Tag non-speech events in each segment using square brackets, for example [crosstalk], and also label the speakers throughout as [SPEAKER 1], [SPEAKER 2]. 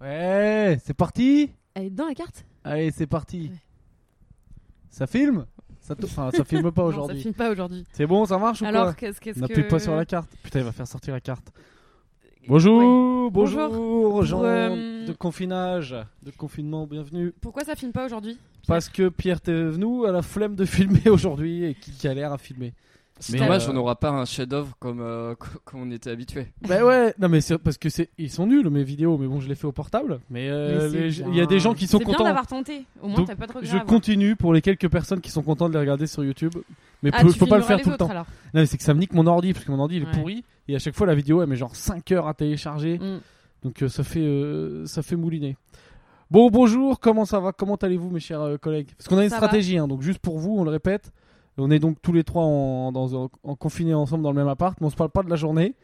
[SPEAKER 1] Ouais, c'est parti
[SPEAKER 2] Elle est dans la carte
[SPEAKER 1] Allez, c'est parti.
[SPEAKER 2] Ouais.
[SPEAKER 1] Ça filme ça, tou- enfin, ça filme pas
[SPEAKER 2] [laughs] Non,
[SPEAKER 1] aujourd'hui.
[SPEAKER 2] ça filme pas aujourd'hui.
[SPEAKER 1] C'est bon, ça marche ou pas
[SPEAKER 2] Alors, qu'est-ce qu'est-ce que.
[SPEAKER 1] N'appuie pas sur la carte. Putain, il va faire sortir la carte. Bonjour, bonjour, gens
[SPEAKER 2] euh,
[SPEAKER 1] de confinage, de confinement, bienvenue.
[SPEAKER 2] Pourquoi ça filme pas aujourd'hui
[SPEAKER 1] Parce que Pierre Thévenoud a la flemme de filmer aujourd'hui et qui galère à
[SPEAKER 2] [laughs]
[SPEAKER 1] filmer.
[SPEAKER 3] C'est
[SPEAKER 1] Mais,
[SPEAKER 3] dommage,
[SPEAKER 1] euh,
[SPEAKER 3] on n'aura pas un chef-d'œuvre comme, euh, [laughs] co- comme on était habitué.
[SPEAKER 1] Bah ouais, non mais c'est parce que c'est ils sont nuls mes vidéos, mais bon, je les fais au portable. Mais euh,
[SPEAKER 2] Mais c'est
[SPEAKER 1] les-
[SPEAKER 2] bien.
[SPEAKER 1] il y a des gens qui sont
[SPEAKER 2] C'est bien
[SPEAKER 1] contents.
[SPEAKER 2] d'avoir tenté. Au moins,
[SPEAKER 1] Donc,
[SPEAKER 2] t'as pas de regrets.
[SPEAKER 1] Je
[SPEAKER 2] à avoir.
[SPEAKER 1] continue pour les quelques personnes qui sont contentes de les regarder sur YouTube, mais
[SPEAKER 2] Ah,
[SPEAKER 1] faut-
[SPEAKER 2] tu
[SPEAKER 1] faut pas le
[SPEAKER 2] filmeras
[SPEAKER 1] faire
[SPEAKER 2] les
[SPEAKER 1] tout le
[SPEAKER 2] autres,
[SPEAKER 1] temps.
[SPEAKER 2] alors.
[SPEAKER 1] Non, mais c'est que ça me nique mon ordi, parce que mon ordi il est
[SPEAKER 2] Ouais.
[SPEAKER 1] pourri, et à chaque fois la vidéo elle met genre 5 heures à télécharger,
[SPEAKER 2] Mm.
[SPEAKER 1] donc euh, ça, fait, euh, ça fait mouliner. Bon, bonjour, comment ça va Comment allez-vous mes chers euh, collègues Parce qu'on a une
[SPEAKER 2] Ça va.
[SPEAKER 1] stratégie, hein, donc juste pour vous, on le répète, on est donc tous les trois en, dans, en- en confinés ensemble dans le même appart, mais on se parle pas de la journée,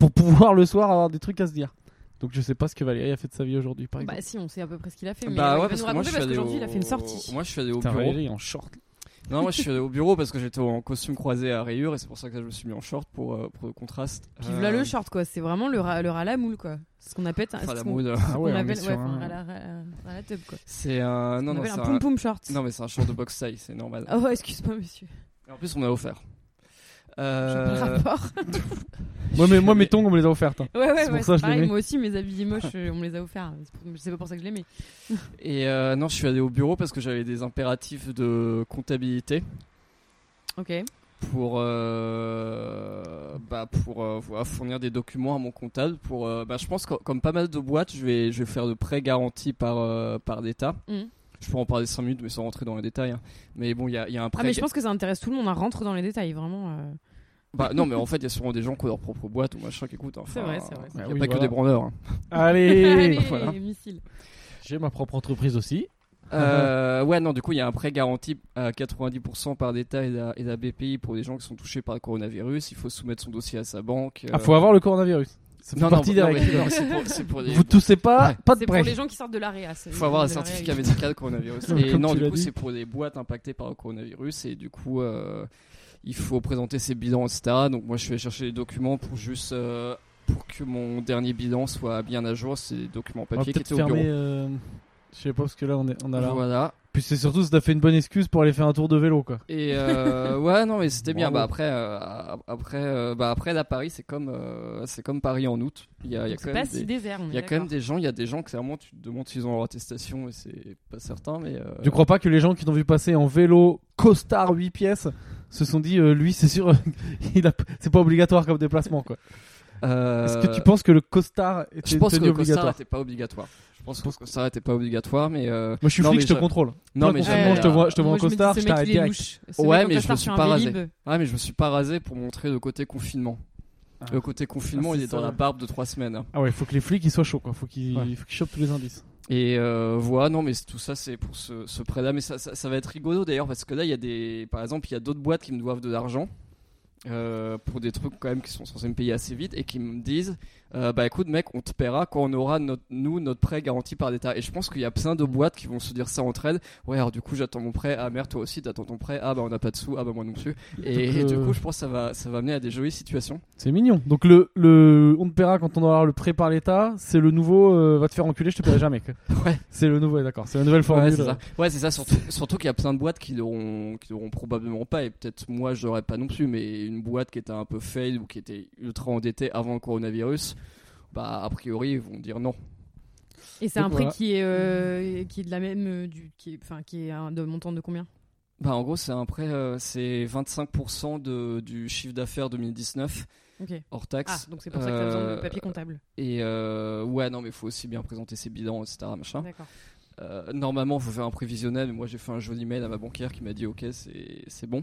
[SPEAKER 1] pour pouvoir le soir avoir des trucs à se dire. Donc je sais pas ce que Valérie a fait de sa vie aujourd'hui par exemple.
[SPEAKER 2] Bah, si, on sait à peu près ce qu'il a fait. Mais
[SPEAKER 3] bah
[SPEAKER 2] il
[SPEAKER 3] ouais,
[SPEAKER 2] va
[SPEAKER 3] parce
[SPEAKER 2] nous
[SPEAKER 3] que moi
[SPEAKER 2] raconter
[SPEAKER 3] je suis
[SPEAKER 2] parce
[SPEAKER 3] allé
[SPEAKER 2] qu'aujourd'hui,
[SPEAKER 3] au...
[SPEAKER 2] il a fait une sortie.
[SPEAKER 3] Moi je suis allé au
[SPEAKER 1] Putain,
[SPEAKER 3] bureau.
[SPEAKER 1] Valérie en short.
[SPEAKER 3] Non, moi je suis allé au bureau parce que j'étais en costume croisé à rayures et c'est pour ça que je me suis mis en short pour, euh, pour le contraste. Euh,
[SPEAKER 2] Puis voilà le short, quoi. C'est vraiment le rat le rat à la moule, quoi. C'est ce qu'on appelle.
[SPEAKER 3] Enfin,
[SPEAKER 2] ce
[SPEAKER 3] la
[SPEAKER 2] qu'on-
[SPEAKER 3] mode, [laughs] euh,
[SPEAKER 1] Ah
[SPEAKER 2] qu'on
[SPEAKER 1] on est
[SPEAKER 2] appelle-
[SPEAKER 1] sur
[SPEAKER 2] ouais,
[SPEAKER 1] un-
[SPEAKER 2] enfin, rat à la- rat à la tub, quoi.
[SPEAKER 3] C'est un. Non,
[SPEAKER 2] On
[SPEAKER 3] non,
[SPEAKER 2] appelle
[SPEAKER 3] c'est
[SPEAKER 2] un
[SPEAKER 3] un.
[SPEAKER 2] pom-pom short.
[SPEAKER 3] Non, mais c'est un short de box size, c'est normal.
[SPEAKER 2] Ah ouais, excuse-moi, monsieur.
[SPEAKER 3] Et en plus, on me l'a offert.
[SPEAKER 2] J'ai
[SPEAKER 3] Euh,
[SPEAKER 2] pas le rapport. [laughs]
[SPEAKER 1] Moi, mes, moi, mes tongs, on me les a offertes. hein.
[SPEAKER 2] Ouais, ouais,
[SPEAKER 1] pour
[SPEAKER 2] ouais.
[SPEAKER 1] ça que je les
[SPEAKER 2] c'est pareil,
[SPEAKER 1] mets.
[SPEAKER 2] Moi aussi, mes habits moches, euh, on me les a offerts. C'est pour- C'est pas pour ça que je les mets.
[SPEAKER 3] Et euh, non, je suis allé au bureau parce que j'avais des impératifs de comptabilité
[SPEAKER 2] Ok.
[SPEAKER 3] pour, euh, bah, pour euh, voilà, fournir des documents à mon comptable. Pour, euh, bah, je pense que comme pas mal de boîtes, je vais, je vais faire de prêts garantis par, euh, par l'État.
[SPEAKER 2] Mhm.
[SPEAKER 3] Je peux en parler 5 minutes, mais sans rentrer dans les détails. hein. Mais bon, il y a, il y a un prêt.
[SPEAKER 2] Ah, mais je pense que ça intéresse tout le monde. On rentre dans les détails, vraiment. euh.
[SPEAKER 3] Bah, non, mais en fait, il y a sûrement des gens qui ont leur propre boîte ou machin qui écoutent. hein.
[SPEAKER 2] C'est
[SPEAKER 3] Enfin,
[SPEAKER 2] vrai, c'est vrai,
[SPEAKER 3] Il
[SPEAKER 1] c'est
[SPEAKER 3] n'y a
[SPEAKER 1] vrai.
[SPEAKER 3] pas
[SPEAKER 1] Bah Oui,
[SPEAKER 3] que
[SPEAKER 1] voilà.
[SPEAKER 3] des branleurs. hein.
[SPEAKER 1] [laughs]
[SPEAKER 2] [laughs] Allez,
[SPEAKER 1] Allez
[SPEAKER 3] voilà.
[SPEAKER 2] missile.
[SPEAKER 1] J'ai ma propre entreprise aussi.
[SPEAKER 3] Euh, ouais, non, du coup, il y a un prêt garanti à 90% par l'État et, la- et la BPI pour les gens qui sont touchés par le coronavirus. Il faut soumettre son dossier à sa banque.
[SPEAKER 1] Ah,
[SPEAKER 3] euh,
[SPEAKER 1] faut avoir le coronavirus. C'est
[SPEAKER 3] non, non,
[SPEAKER 1] partie des
[SPEAKER 3] non,
[SPEAKER 1] règles.
[SPEAKER 3] mais- non, c'est pour,
[SPEAKER 1] [laughs]
[SPEAKER 3] c'est pour les-
[SPEAKER 1] Vous toussez pas,
[SPEAKER 3] Ouais.
[SPEAKER 1] pas de
[SPEAKER 2] C'est pour
[SPEAKER 1] prêt.
[SPEAKER 2] les gens qui sortent de l'AREA. Il
[SPEAKER 3] faut avoir un certificat médical coronavirus.
[SPEAKER 1] Comme-
[SPEAKER 3] Et
[SPEAKER 1] comme
[SPEAKER 3] non,
[SPEAKER 1] tu
[SPEAKER 3] du
[SPEAKER 1] l'as
[SPEAKER 3] coup,
[SPEAKER 1] dit.
[SPEAKER 3] c'est pour les boîtes impactées par le coronavirus. Et du coup, euh, il faut présenter ses bilans, etc. Donc, moi, je vais chercher les documents pour juste. euh, pour que mon dernier bilan soit bien à jour, c'est des documents
[SPEAKER 1] On va
[SPEAKER 3] papier qui
[SPEAKER 1] peut-être
[SPEAKER 3] étaient au bureau.
[SPEAKER 1] fermer. euh, Je sais pas parce que là on, est, on a la.
[SPEAKER 3] Voilà.
[SPEAKER 1] Puis c'est surtout ça t'a fait une bonne excuse pour aller faire un tour de vélo quoi.
[SPEAKER 3] Et
[SPEAKER 1] [laughs]
[SPEAKER 3] euh, ouais, non, mais c'était bien.
[SPEAKER 1] Bravo.
[SPEAKER 3] Bah après, euh, après, euh, bah après, là, Paris, c'est comme, euh, c'est comme Paris en août. Il y a, il y a quand
[SPEAKER 2] C'est
[SPEAKER 3] même
[SPEAKER 2] pas
[SPEAKER 3] des,
[SPEAKER 2] si désert. on est
[SPEAKER 3] il y a quand même
[SPEAKER 2] d'accord.
[SPEAKER 3] des gens, il y a des gens que clairement, tu te demandes s'ils ont leur attestation et c'est pas certain, mais. euh,
[SPEAKER 1] Je crois pas que les gens qui t'ont vu passer en vélo costard 8 pièces se sont dit euh, lui c'est sûr [laughs] il a c'est pas obligatoire comme déplacement quoi.
[SPEAKER 3] euh,
[SPEAKER 1] Est-ce que tu penses que le costard est
[SPEAKER 3] Je pense que
[SPEAKER 1] tenue
[SPEAKER 3] le costard
[SPEAKER 1] obligatoire
[SPEAKER 3] n'était pas obligatoire. Je pense que le costard n'était pas obligatoire, mais. euh,
[SPEAKER 1] Moi je suis
[SPEAKER 3] Non,
[SPEAKER 1] flic,
[SPEAKER 3] mais
[SPEAKER 1] je te
[SPEAKER 3] je-
[SPEAKER 1] contrôle.
[SPEAKER 3] Non,
[SPEAKER 1] Toi,
[SPEAKER 3] mais
[SPEAKER 1] concrètement,
[SPEAKER 3] j'avais,
[SPEAKER 1] je te
[SPEAKER 3] euh,
[SPEAKER 1] vois, je te vois
[SPEAKER 2] Moi,
[SPEAKER 1] en
[SPEAKER 2] je me dis,
[SPEAKER 1] costard,
[SPEAKER 2] ce
[SPEAKER 1] je
[SPEAKER 2] mec,
[SPEAKER 1] t'arrête
[SPEAKER 2] il est
[SPEAKER 1] direct.
[SPEAKER 2] louche. Ce
[SPEAKER 3] Ouais,
[SPEAKER 2] mec en
[SPEAKER 3] mais je me
[SPEAKER 2] costard
[SPEAKER 3] suis
[SPEAKER 2] sur un
[SPEAKER 3] pas rasé.
[SPEAKER 2] Vélib.
[SPEAKER 3] Ah, mais je me suis pas rasé pour montrer le côté confinement.
[SPEAKER 1] Ah.
[SPEAKER 3] Le côté confinement,
[SPEAKER 1] Ah,
[SPEAKER 3] il
[SPEAKER 1] c'est
[SPEAKER 3] est dans
[SPEAKER 1] ça.
[SPEAKER 3] la barbe de trois semaines. hein.
[SPEAKER 1] Ah ouais, faut que les flics ils soient chauds quoi, faut qu'ils
[SPEAKER 3] Ouais.
[SPEAKER 1] faut qu'ils chopent tous les indices.
[SPEAKER 3] Et euh, voilà, non, mais c'est- tout ça, c'est pour ce, ce prêt-là. Mais ça, ça, ça va être rigolo d'ailleurs, parce que là, il y a des. Par exemple, il y a d'autres boîtes qui me doivent de l'argent. euh, pour des trucs quand même qui sont censés me payer assez vite et qui me disent euh, bah écoute mec on te paiera quand on aura notre, nous notre prêt garanti par l'État et je pense qu'il y a plein de boîtes qui vont se dire ça entre elles ouais alors du coup j'attends mon prêt ah merde toi aussi t'attends ton prêt ah bah on n'a pas de sous ah bah moi non plus et,
[SPEAKER 1] Donc,
[SPEAKER 3] et du
[SPEAKER 1] euh,
[SPEAKER 3] coup je pense que ça va ça va amener à des jolies situations
[SPEAKER 1] C'est mignon. Donc le, le on te paiera quand on aura le prêt par l'État, c'est le nouveau euh, va te faire enculer, je te paierai jamais. quoi.
[SPEAKER 3] [laughs] Ouais.
[SPEAKER 1] C'est le nouveau, ouais, d'accord. C'est la nouvelle
[SPEAKER 3] Ouais,
[SPEAKER 1] formule.
[SPEAKER 3] c'est ça. Ouais, c'est ça. Surtout, surtout qu'il y a plein de boîtes qui l'auront, qui l'auront probablement pas, et peut-être moi je l'aurais pas non plus, mais une boîte qui était un peu fail ou qui était ultra endettée avant le coronavirus, bah a priori ils vont dire non.
[SPEAKER 2] Et c'est un
[SPEAKER 1] Donc,
[SPEAKER 2] prix
[SPEAKER 1] voilà.
[SPEAKER 2] qui est euh, qui est de la même euh, du qui est enfin qui est un- de montant de combien
[SPEAKER 3] Bah en gros c'est un prêt, euh, c'est 25% de, du chiffre d'affaires 2019
[SPEAKER 2] Ok.
[SPEAKER 3] hors
[SPEAKER 2] Ah,
[SPEAKER 3] taxe.
[SPEAKER 2] donc c'est pour ça que t'as besoin
[SPEAKER 3] Euh,
[SPEAKER 2] de papier comptable.
[SPEAKER 3] Et euh, ouais non mais faut aussi bien présenter ses bilans etc machin.
[SPEAKER 2] D'accord.
[SPEAKER 3] Euh, normalement, faut faire un prévisionnel, mais moi j'ai fait un joli mail à ma banquière qui m'a dit ok, c'est c'est bon.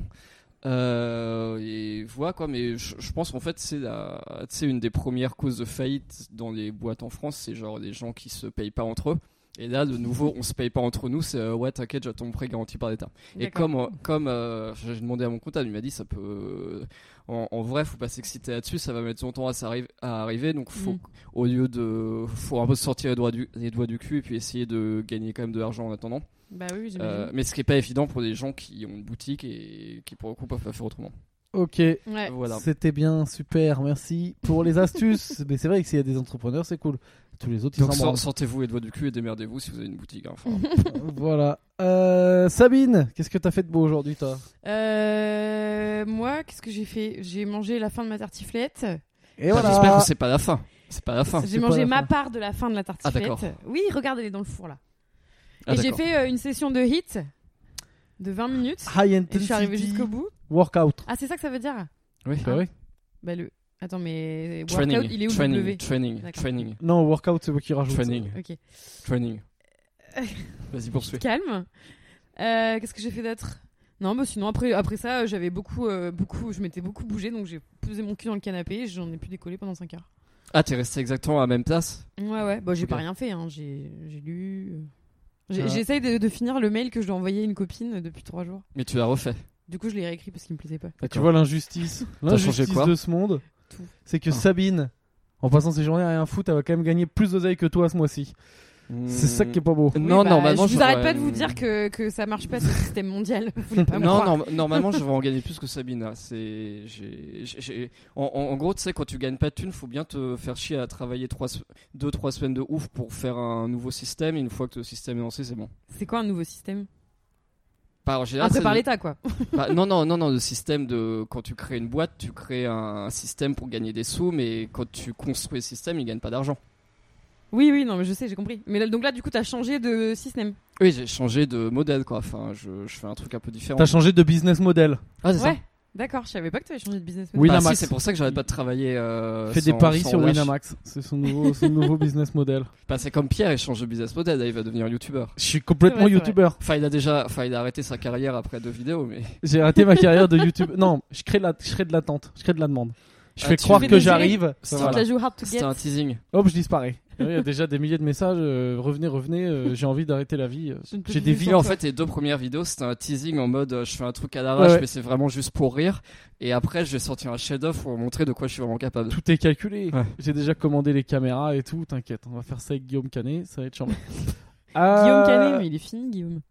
[SPEAKER 3] Euh, et voilà quoi, mais je, je pense qu'en fait c'est la, c'est une des premières causes de faillite dans les boîtes en France, c'est genre les gens qui se payent pas entre eux. Et là, de nouveau, on se paye pas entre nous, c'est euh, ouais, t'inquiète, j'attends mon prêt garanti par l'État. Et
[SPEAKER 2] D'accord.
[SPEAKER 3] comme, euh, comme euh, j'ai demandé à mon comptable, il m'a dit ça peut. euh, En, en vrai, faut pas s'exciter là-dessus, ça va mettre longtemps à, s'arrive- à arriver. Donc, faut,
[SPEAKER 2] Mm.
[SPEAKER 3] au lieu de. Faut un peu se sortir les doigts, du, les doigts du cul et puis essayer de gagner quand même de l'argent en attendant.
[SPEAKER 2] Bah oui,
[SPEAKER 3] Euh,
[SPEAKER 2] j'imagine.
[SPEAKER 3] mais ce qui est pas évident pour des gens qui ont une boutique et qui pour le coup peuvent pas faire autrement.
[SPEAKER 1] Ok,
[SPEAKER 2] Ouais.
[SPEAKER 3] Voilà.
[SPEAKER 1] c'était bien, super, merci pour les
[SPEAKER 3] [laughs]
[SPEAKER 1] astuces. Mais c'est vrai que s'il y a des entrepreneurs, c'est cool. Tous les autres, ils
[SPEAKER 3] Donc
[SPEAKER 1] s'en
[SPEAKER 3] sor-
[SPEAKER 1] branlent.
[SPEAKER 3] sortez-vous les doigts du cul et démerdez-vous si vous avez une boutique. hein. Enfin,
[SPEAKER 1] [laughs] Voilà. Euh, Sabine, qu'est-ce que t'as fait de beau aujourd'hui, toi
[SPEAKER 2] Euh, moi, qu'est-ce que j'ai fait J'ai mangé la fin de ma tartiflette.
[SPEAKER 1] Et
[SPEAKER 3] enfin, Bah, J'espère que c'est pas la fin. C'est pas la fin. Ah,
[SPEAKER 1] c'est
[SPEAKER 2] J'ai
[SPEAKER 1] pas
[SPEAKER 2] mangé
[SPEAKER 1] la
[SPEAKER 2] ma
[SPEAKER 1] fin.
[SPEAKER 2] part de la fin de la tartiflette.
[SPEAKER 3] d'accord.
[SPEAKER 2] oui, regarde, elle est dans le four là.
[SPEAKER 3] Ah,
[SPEAKER 2] et j'ai
[SPEAKER 3] d'accord. Ah,
[SPEAKER 2] fait euh, une session de hit de 20 minutes.
[SPEAKER 1] High
[SPEAKER 2] Et je suis arrivée
[SPEAKER 1] intensity
[SPEAKER 2] jusqu'au bout.
[SPEAKER 1] workout.
[SPEAKER 2] Ah, c'est ça que ça veut dire
[SPEAKER 3] Oui.
[SPEAKER 1] Bah oui.
[SPEAKER 2] Bah le. Attends, mais workout,
[SPEAKER 3] Training.
[SPEAKER 2] il est où
[SPEAKER 3] training.
[SPEAKER 2] le W
[SPEAKER 3] Training.
[SPEAKER 2] D'accord.
[SPEAKER 3] Training.
[SPEAKER 1] Non, workout, c'est vous qui rajoutez.
[SPEAKER 3] Training.
[SPEAKER 2] Ok. [laughs]
[SPEAKER 3] Training. Vas-y, poursuis.
[SPEAKER 2] Calme. Euh, Qu'est-ce que j'ai fait d'autre Non, bah sinon après après ça, euh, j'avais beaucoup euh, beaucoup, je m'étais beaucoup bougé, donc j'ai posé mon cul dans le canapé, et j'en ai plus décollé pendant 5 heures.
[SPEAKER 3] Ah, t'es resté exactement à la même place
[SPEAKER 2] Ouais ouais. Bah j'ai
[SPEAKER 3] Ok.
[SPEAKER 2] pas rien fait, hein. j'ai j'ai lu. euh, j'ai-
[SPEAKER 1] Ah.
[SPEAKER 2] J'essaye de, de finir le mail que je dois envoyer à une copine depuis 3 jours.
[SPEAKER 3] Mais tu l'as refait.
[SPEAKER 2] Du coup, je l'ai réécrit parce qu'il me plaisait pas.
[SPEAKER 1] Et tu vois l'injustice. L'injustice
[SPEAKER 3] changé quoi
[SPEAKER 1] de ce monde,
[SPEAKER 2] Tout.
[SPEAKER 1] c'est que
[SPEAKER 3] Ah.
[SPEAKER 1] Sabine, en passant ses journées à rien foutre, elle va quand même gagner plus d'oseille que toi ce mois-ci. C'est ça
[SPEAKER 3] Hmm.
[SPEAKER 1] qui est pas beau.
[SPEAKER 3] Non,
[SPEAKER 2] Oui, bah,
[SPEAKER 3] normalement,
[SPEAKER 2] je vous
[SPEAKER 3] j'aurais-
[SPEAKER 2] arrête pas de vous dire que, que ça marche pas ce système mondial. [laughs] Vous voulez pas me
[SPEAKER 3] Non,
[SPEAKER 2] croire.
[SPEAKER 3] non, normalement, je vais en gagner plus que Sabine. là. C'est, j'ai, j'ai- j'ai- en, en- en gros, tu sais, quand tu gagnes pas de thunes, faut bien te faire chier à travailler 2-3 semaines de ouf pour faire un nouveau système. Une fois que le système est lancé, c'est bon.
[SPEAKER 2] C'est quoi un nouveau système
[SPEAKER 3] Bah,
[SPEAKER 1] Ah,
[SPEAKER 3] en
[SPEAKER 2] Un
[SPEAKER 3] général,
[SPEAKER 2] peu
[SPEAKER 3] c'est
[SPEAKER 2] par
[SPEAKER 3] le- [laughs]
[SPEAKER 2] l'État quoi. [laughs]
[SPEAKER 3] Bah, non, non, non, non, le système de. Quand tu crées une boîte, tu crées un système pour gagner des sous, mais quand tu construis le système, il gagne pas d'argent.
[SPEAKER 2] Oui, oui, non, mais je sais, j'ai compris. Mais là, donc là, du coup, t'as changé de système.
[SPEAKER 3] Oui, j'ai changé de modèle, quoi. Enfin, je, je fais un truc un peu différent.
[SPEAKER 1] T'as changé de business model.
[SPEAKER 3] Ah, c'est ça
[SPEAKER 2] Ouais, d'accord, je savais pas que t'avais changé de business.
[SPEAKER 1] Oui,
[SPEAKER 2] model.
[SPEAKER 3] Bah,
[SPEAKER 1] Winamax.
[SPEAKER 3] si, c'est pour ça que j'arrête pas de travailler. euh,
[SPEAKER 1] Fais des
[SPEAKER 3] sans-
[SPEAKER 1] paris
[SPEAKER 3] sans
[SPEAKER 1] sur
[SPEAKER 3] relâche.
[SPEAKER 1] Winamax. C'est son nouveau, son nouveau business
[SPEAKER 3] [laughs]
[SPEAKER 1] model.
[SPEAKER 3] Bah, c'est comme Pierre, il change de business model, là, il va devenir youtubeur.
[SPEAKER 1] Je suis complètement
[SPEAKER 2] C'est vrai, c'est
[SPEAKER 1] youtubeur.
[SPEAKER 3] Enfin, il a déjà, enfin, il a arrêté sa carrière après deux vidéos, mais
[SPEAKER 1] J'ai arrêté ma carrière de YouTube. Non, je crée de la, je crée de l'attente, je crée de la demande. Je
[SPEAKER 3] Ah,
[SPEAKER 1] fais
[SPEAKER 3] tu
[SPEAKER 1] croire
[SPEAKER 3] fais
[SPEAKER 1] que
[SPEAKER 2] des
[SPEAKER 1] j'arrive.
[SPEAKER 3] C'est
[SPEAKER 1] Voilà.
[SPEAKER 2] Donc, t'as joué hard to
[SPEAKER 3] c'était
[SPEAKER 2] get.
[SPEAKER 3] un teasing.
[SPEAKER 1] Hop, je disparais. Il y a déjà des milliers de messages. euh, revenez, revenez. euh, j'ai envie d'arrêter la vie. euh.
[SPEAKER 2] Je ne peux
[SPEAKER 1] J'ai
[SPEAKER 2] plus
[SPEAKER 1] des
[SPEAKER 2] vivre
[SPEAKER 1] vies
[SPEAKER 2] sans
[SPEAKER 3] Et en
[SPEAKER 2] toi.
[SPEAKER 3] fait, les deux premières vidéos, c'était un teasing en mode euh, je fais un truc à l'arrache,
[SPEAKER 1] Ouais, ouais.
[SPEAKER 3] mais c'est vraiment juste pour rire. Et après, je vais sortir un chef-d'œuvre pour montrer de quoi je suis vraiment capable.
[SPEAKER 1] [laughs] Tout est calculé.
[SPEAKER 3] Ouais.
[SPEAKER 1] J'ai déjà commandé les caméras et tout. T'inquiète, on va faire ça avec Guillaume Canet. Ça va être charmant.
[SPEAKER 2] [laughs] Guillaume
[SPEAKER 1] Euh,
[SPEAKER 2] Canet, mais il est fini, Guillaume.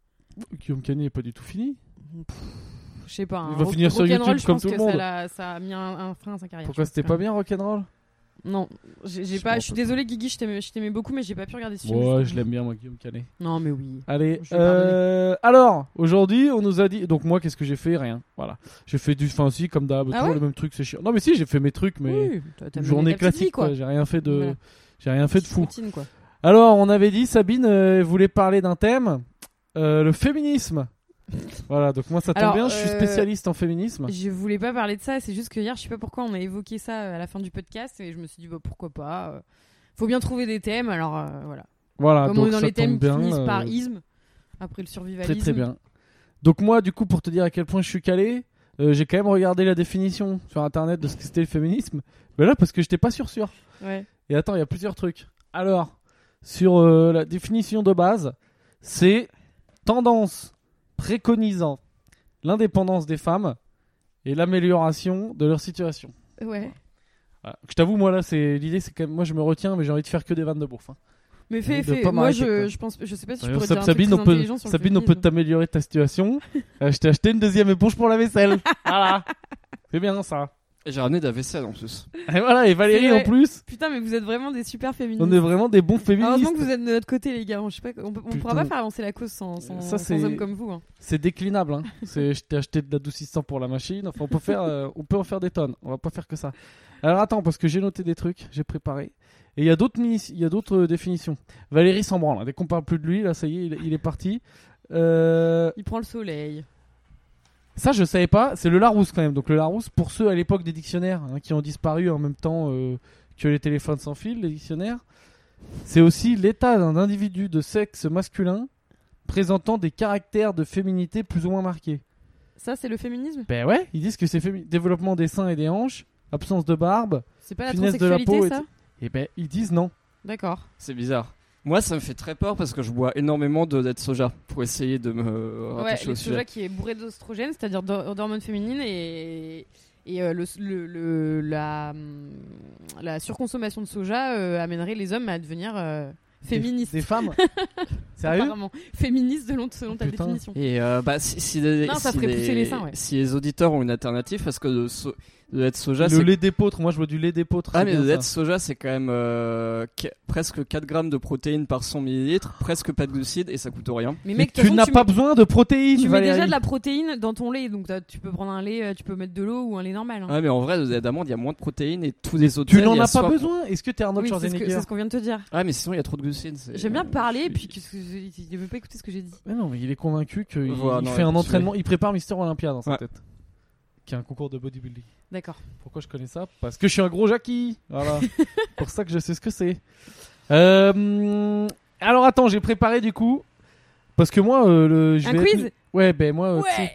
[SPEAKER 1] Guillaume Canet est pas du tout fini.
[SPEAKER 2] Je sais pas. hein.
[SPEAKER 1] Il va
[SPEAKER 2] Rock-
[SPEAKER 1] finir sur
[SPEAKER 2] Rock'n'Roll,
[SPEAKER 1] YouTube
[SPEAKER 2] je
[SPEAKER 1] comme
[SPEAKER 2] pense
[SPEAKER 1] tout
[SPEAKER 2] que
[SPEAKER 1] le monde.
[SPEAKER 2] Ça, l'a- ça a mis un, un frein à sa carrière.
[SPEAKER 1] Pourquoi
[SPEAKER 2] je pense,
[SPEAKER 1] c'était
[SPEAKER 2] quand
[SPEAKER 1] pas
[SPEAKER 2] même.
[SPEAKER 1] bien rock'n'roll
[SPEAKER 2] Non, j'ai j'ai
[SPEAKER 3] Je
[SPEAKER 2] pas.
[SPEAKER 3] m'en
[SPEAKER 2] Je suis
[SPEAKER 3] rappelle
[SPEAKER 2] désolée, Guigui, je t'aimais- je t'aimais beaucoup, mais j'ai pas pu regarder ce film.
[SPEAKER 1] Ouais, je l'aime bien moi Guillaume Canet.
[SPEAKER 2] Non, mais oui.
[SPEAKER 1] Allez,
[SPEAKER 2] Je vais pardonner.
[SPEAKER 1] euh, alors aujourd'hui on nous a dit donc moi qu'est-ce que j'ai fait rien. Voilà, j'ai fait du fin aussi comme d'hab
[SPEAKER 2] Ah
[SPEAKER 1] toujours
[SPEAKER 2] ouais
[SPEAKER 1] le même truc c'est chiant. Non mais si j'ai fait mes trucs mais
[SPEAKER 2] Oui, t'as- t'as
[SPEAKER 1] une
[SPEAKER 2] mené
[SPEAKER 1] journée
[SPEAKER 2] ta petite vie,
[SPEAKER 1] classique quoi. J'ai rien fait de
[SPEAKER 2] Voilà.
[SPEAKER 1] j'ai rien fait de fou.
[SPEAKER 2] Routine, quoi.
[SPEAKER 1] Alors on avait dit Sabine euh, voulait parler d'un thème euh, le féminisme. voilà donc moi ça tombe
[SPEAKER 2] Alors,
[SPEAKER 1] bien je suis
[SPEAKER 2] euh,
[SPEAKER 1] spécialiste en féminisme.
[SPEAKER 2] Je voulais pas parler de ça, c'est juste que hier, je sais pas pourquoi on a évoqué ça euh, à la fin du podcast et je me suis dit bah, pourquoi pas. euh, Faut bien trouver des thèmes, alors euh, voilà.
[SPEAKER 1] Voilà
[SPEAKER 2] Comme on
[SPEAKER 1] Ah, donc
[SPEAKER 2] est dans
[SPEAKER 1] ça
[SPEAKER 2] les
[SPEAKER 1] tombe
[SPEAKER 2] thèmes
[SPEAKER 1] bien.
[SPEAKER 2] qui finissent par
[SPEAKER 1] euh,
[SPEAKER 2] isme, après le survivalisme.
[SPEAKER 1] Très très bien. Donc moi, du coup, pour te dire à quel point je suis calé, euh, j'ai quand même regardé la définition sur internet de ce que c'était le féminisme. Mais là, parce que j'étais pas sûr sûr.
[SPEAKER 2] Ouais.
[SPEAKER 1] Et attends, il y a plusieurs trucs. Alors, sur euh, la définition de base, c'est tendance préconisant l'indépendance des femmes et l'amélioration de leur situation.
[SPEAKER 2] ouais.
[SPEAKER 1] Voilà. Ah, Je t'avoue, moi là, c'est l'idée, c'est quand même, moi je me retiens, mais j'ai envie de faire que des vannes de bourf. hein. J'ai
[SPEAKER 2] Mais fais,
[SPEAKER 1] envie de
[SPEAKER 2] fais.
[SPEAKER 1] pas
[SPEAKER 2] Moi,
[SPEAKER 1] m'arrêter,
[SPEAKER 2] je,
[SPEAKER 1] quoi.
[SPEAKER 2] je pense, je sais pas si je
[SPEAKER 1] Ouais,
[SPEAKER 2] pourrais
[SPEAKER 1] Sab-
[SPEAKER 2] dire un truc
[SPEAKER 1] Sabine,
[SPEAKER 2] plus
[SPEAKER 1] on peut,
[SPEAKER 2] intelligent sur le
[SPEAKER 1] Sabine, on peut
[SPEAKER 2] féminisme.
[SPEAKER 1] t'améliorer ta
[SPEAKER 2] [laughs]
[SPEAKER 1] situation. Euh, je t'ai acheté une deuxième éponge pour la vaisselle. voilà. C'est bien ça.
[SPEAKER 3] Et j'ai ramené de la vaisselle en plus.
[SPEAKER 1] Et voilà, et Valérie
[SPEAKER 2] C'est
[SPEAKER 1] en
[SPEAKER 2] vrai.
[SPEAKER 1] plus,
[SPEAKER 2] Putain, mais vous êtes vraiment des super féministes.
[SPEAKER 1] on est vraiment des bons
[SPEAKER 2] Heureusement
[SPEAKER 1] féministes.
[SPEAKER 2] que vous êtes de notre côté, les gars. On, je sais pas, on, peut- on pourra
[SPEAKER 1] Putain.
[SPEAKER 2] pas faire avancer la cause sans, sans,
[SPEAKER 1] Ça,
[SPEAKER 2] sans
[SPEAKER 1] c'est-
[SPEAKER 2] hommes comme vous. hein.
[SPEAKER 1] C'est déclinable. Hein. C'est, je t'ai acheté de l'adoucissant pour la machine. Enfin, on peut, faire, euh, on peut en faire des tonnes. On va pas faire que ça. Alors attends, parce que j'ai noté des trucs, j'ai préparé. Et il y a d'autres, mini- il y a d'autres euh, définitions. Valérie s'en branle. hein. Dès qu'on parle plus de lui, là, ça y est, il, il est parti. Euh,
[SPEAKER 2] Il prend le soleil.
[SPEAKER 1] Ça, je savais pas. C'est le Larousse quand même. Donc le Larousse, pour ceux à l'époque des dictionnaires hein, qui ont disparu en même temps euh, que les téléphones sans fil, les dictionnaires, c'est aussi l'état d'un individu de sexe masculin présentant des caractères de féminité plus ou moins marqués.
[SPEAKER 2] Ça, c'est le féminisme
[SPEAKER 1] Ben ouais, ils disent que c'est fémi- développement des seins et des hanches, absence de barbe.
[SPEAKER 2] C'est pas la
[SPEAKER 1] Finesse de la
[SPEAKER 2] transsexualité,
[SPEAKER 1] peau et
[SPEAKER 2] ça
[SPEAKER 1] tout. Et ben ils disent non.
[SPEAKER 2] D'accord.
[SPEAKER 3] C'est bizarre. Moi, ça me fait très peur parce que je bois énormément de lait de soja pour essayer de me euh,
[SPEAKER 2] Ouais,
[SPEAKER 3] rattacher au
[SPEAKER 2] le
[SPEAKER 3] sujet.
[SPEAKER 2] soja qui est bourré d'ostrogène, c'est-à-dire d'hor- d'hormones féminines et. Et euh, le, le- le- la, hum, la surconsommation de soja euh, amènerait les hommes à devenir euh, Féministe.
[SPEAKER 1] Des
[SPEAKER 2] [laughs]
[SPEAKER 1] femmes Sérieux Oh,
[SPEAKER 2] Apparemment. Féministe de l'onde selon ta
[SPEAKER 1] Putain.
[SPEAKER 2] définition.
[SPEAKER 3] Et euh, bah, si, si les,
[SPEAKER 2] Non, ça
[SPEAKER 3] si
[SPEAKER 2] ferait pousser les
[SPEAKER 3] les,
[SPEAKER 2] seins, ouais.
[SPEAKER 3] si les auditeurs ont une alternative, parce que le, so- le lait de soja,
[SPEAKER 1] Le
[SPEAKER 3] c'est
[SPEAKER 1] lait d'épeautre, moi je bois du lait d'épeautre.
[SPEAKER 3] Ah
[SPEAKER 1] c'est
[SPEAKER 3] mais
[SPEAKER 1] bien
[SPEAKER 3] le lait
[SPEAKER 1] ça.
[SPEAKER 3] de soja c'est quand même euh, qu- presque 4 grammes de protéines par 100 millilitres, presque pas de glucides et ça coûte rien.
[SPEAKER 2] Mais
[SPEAKER 1] Mais
[SPEAKER 2] mec, de toute
[SPEAKER 1] tu
[SPEAKER 2] façon,
[SPEAKER 1] n'as pas
[SPEAKER 2] mets-
[SPEAKER 1] besoin de protéines,
[SPEAKER 2] Tu mets déjà
[SPEAKER 1] Valérie.
[SPEAKER 2] de la protéine dans ton lait, donc t'as- tu peux prendre un lait, euh, tu peux mettre de l'eau ou un lait normal. hein.
[SPEAKER 3] Ouais Ah, mais en vrai le lait d'amande il y a moins de protéines et tous les autres
[SPEAKER 1] Tu
[SPEAKER 3] laits,
[SPEAKER 1] n'en
[SPEAKER 3] il y a
[SPEAKER 1] as pas
[SPEAKER 3] soit-
[SPEAKER 1] besoin Est-ce que t'es Arnold
[SPEAKER 2] Oui, c'est ce que-
[SPEAKER 1] Schwarzenegger
[SPEAKER 2] c'est ce qu'on vient de te dire.
[SPEAKER 3] Ah mais sinon il y a trop de glucides. c'est-
[SPEAKER 2] J'aime bien
[SPEAKER 3] euh,
[SPEAKER 2] parler,
[SPEAKER 3] je-
[SPEAKER 2] puis qu'est-ce que je- il ne veut pas écouter ce que j'ai dit.
[SPEAKER 1] Mais non, mais il est convaincu qu'il
[SPEAKER 3] Voilà,
[SPEAKER 1] il
[SPEAKER 3] non,
[SPEAKER 1] fait un
[SPEAKER 3] tu
[SPEAKER 1] entraînement. Il prépare Mister Olympia dans sa
[SPEAKER 3] Ouais.
[SPEAKER 1] tête. Qui est un concours de bodybuilding.
[SPEAKER 2] D'accord.
[SPEAKER 1] Pourquoi je connais ça Parce que je suis un gros Jackie. Voilà. [laughs] pour ça que je sais ce que c'est. Euh, alors attends, j'ai préparé du coup. Parce que moi, euh, le. je
[SPEAKER 2] Un
[SPEAKER 1] vais être-
[SPEAKER 2] quiz
[SPEAKER 1] Ouais, ben moi. euh, tu sais,
[SPEAKER 2] Ouais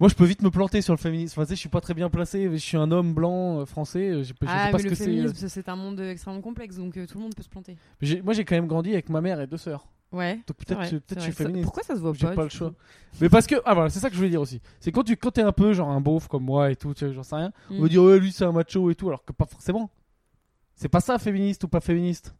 [SPEAKER 1] Moi, je peux vite me planter sur le féminisme. Enfin, tu sais, je suis pas très bien placé. Je suis un homme blanc euh, français. euh, Je, je
[SPEAKER 2] Ah,
[SPEAKER 1] sais pas
[SPEAKER 2] mais
[SPEAKER 1] ce
[SPEAKER 2] le
[SPEAKER 1] que c'est. euh.
[SPEAKER 2] féminisme, c'est un monde extrêmement complexe, donc euh, tout le monde peut se planter.
[SPEAKER 1] J'ai- Moi, j'ai quand même grandi avec ma mère et deux sœurs.
[SPEAKER 2] Ouais.
[SPEAKER 1] Donc
[SPEAKER 2] c'est
[SPEAKER 1] peut-être
[SPEAKER 2] vrai,
[SPEAKER 1] que-
[SPEAKER 2] c'est
[SPEAKER 1] peut-être que je suis
[SPEAKER 2] vrai. Ça-
[SPEAKER 1] féministe.
[SPEAKER 2] Pourquoi ça se voit pas
[SPEAKER 1] J'ai pas le
[SPEAKER 2] du
[SPEAKER 1] choix.
[SPEAKER 2] coup
[SPEAKER 1] Mais parce que. Ah, voilà, c'est ça que je voulais dire aussi. C'est quand tu quand t'es un peu genre un beauf comme moi et tout, tu vois, j'en sais rien. On
[SPEAKER 2] Mm.
[SPEAKER 1] va dire, ouais, lui, c'est un macho et tout, alors que pas forcément. C'est pas ça, féministe ou pas féministe.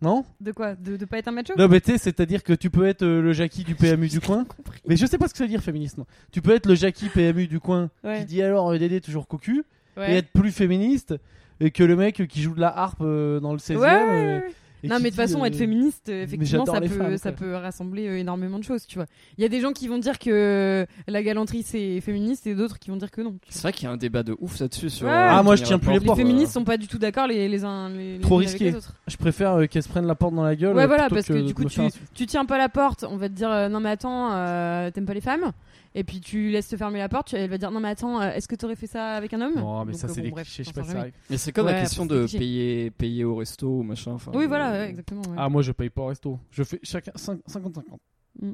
[SPEAKER 1] Non
[SPEAKER 2] De quoi de, de pas être un macho
[SPEAKER 1] Non, mais tu sais, c'est-à-dire que tu peux être euh, le Jackie du PMU du
[SPEAKER 2] [laughs]
[SPEAKER 1] coin.
[SPEAKER 2] compris.
[SPEAKER 1] Mais je sais pas ce que ça veut dire, féministe. moi. Tu peux être le Jackie PMU du coin
[SPEAKER 2] Ouais.
[SPEAKER 1] qui dit alors euh, Dédé toujours cocu. et
[SPEAKER 2] Ouais.
[SPEAKER 1] être plus féministe et que le mec qui joue de la harpe euh, dans le 16 e
[SPEAKER 2] Ouais, ouais, ouais, ouais. Non, mais de toute façon, être féministe, euh,
[SPEAKER 1] mais
[SPEAKER 2] effectivement,
[SPEAKER 1] j'adore
[SPEAKER 2] ça
[SPEAKER 1] les
[SPEAKER 2] peut,
[SPEAKER 1] femmes,
[SPEAKER 2] ça
[SPEAKER 1] quoi.
[SPEAKER 2] peut rassembler euh, énormément de choses, tu vois. Il y a des gens qui vont dire que euh, la galanterie c'est féministe et d'autres qui vont dire que non. tu vois.
[SPEAKER 3] C'est vrai qu'il y a un débat de ouf là-dessus sur
[SPEAKER 2] Ouais.
[SPEAKER 3] euh,
[SPEAKER 2] Ah,
[SPEAKER 1] moi,
[SPEAKER 3] tenir
[SPEAKER 1] je tiens
[SPEAKER 3] la
[SPEAKER 1] plus les
[SPEAKER 3] porte,
[SPEAKER 2] Les
[SPEAKER 1] portes.
[SPEAKER 3] euh,
[SPEAKER 2] féministes sont pas du tout d'accord les, les uns les, les
[SPEAKER 1] Trop
[SPEAKER 2] unes avec
[SPEAKER 1] risqué.
[SPEAKER 2] les autres.
[SPEAKER 1] Je préfère euh, qu'elle se prenne la porte dans la gueule.
[SPEAKER 2] Ouais,
[SPEAKER 1] euh,
[SPEAKER 2] voilà,
[SPEAKER 1] plutôt
[SPEAKER 2] parce que,
[SPEAKER 1] de
[SPEAKER 2] du coup,
[SPEAKER 1] me
[SPEAKER 2] tu,
[SPEAKER 1] faire
[SPEAKER 2] tu tiens pas la porte, on va te dire euh, non, mais attends, euh, t'aimes pas les femmes, et puis tu laisses te fermer la porte, tu- elle va dire non, mais attends, euh, est-ce que t'aurais fait ça avec un homme
[SPEAKER 1] un- Non, mais
[SPEAKER 2] Donc,
[SPEAKER 1] ça,
[SPEAKER 2] euh,
[SPEAKER 1] c'est
[SPEAKER 2] bon,
[SPEAKER 1] des
[SPEAKER 2] bref,
[SPEAKER 1] clichés, je sais
[SPEAKER 2] t'en
[SPEAKER 1] pas
[SPEAKER 2] sors
[SPEAKER 1] si ça
[SPEAKER 2] jamais.
[SPEAKER 1] arrive.
[SPEAKER 3] Mais c'est comme
[SPEAKER 2] Ouais,
[SPEAKER 3] la question
[SPEAKER 2] c'est
[SPEAKER 3] de
[SPEAKER 2] compliqué.
[SPEAKER 3] payer payer au resto ou machin. enfin,
[SPEAKER 2] Oui,
[SPEAKER 3] euh,
[SPEAKER 2] voilà, ouais, exactement. ouais.
[SPEAKER 1] Ah, moi, je paye pas au resto. Je fais chacun 5- 50-50.
[SPEAKER 2] Mm.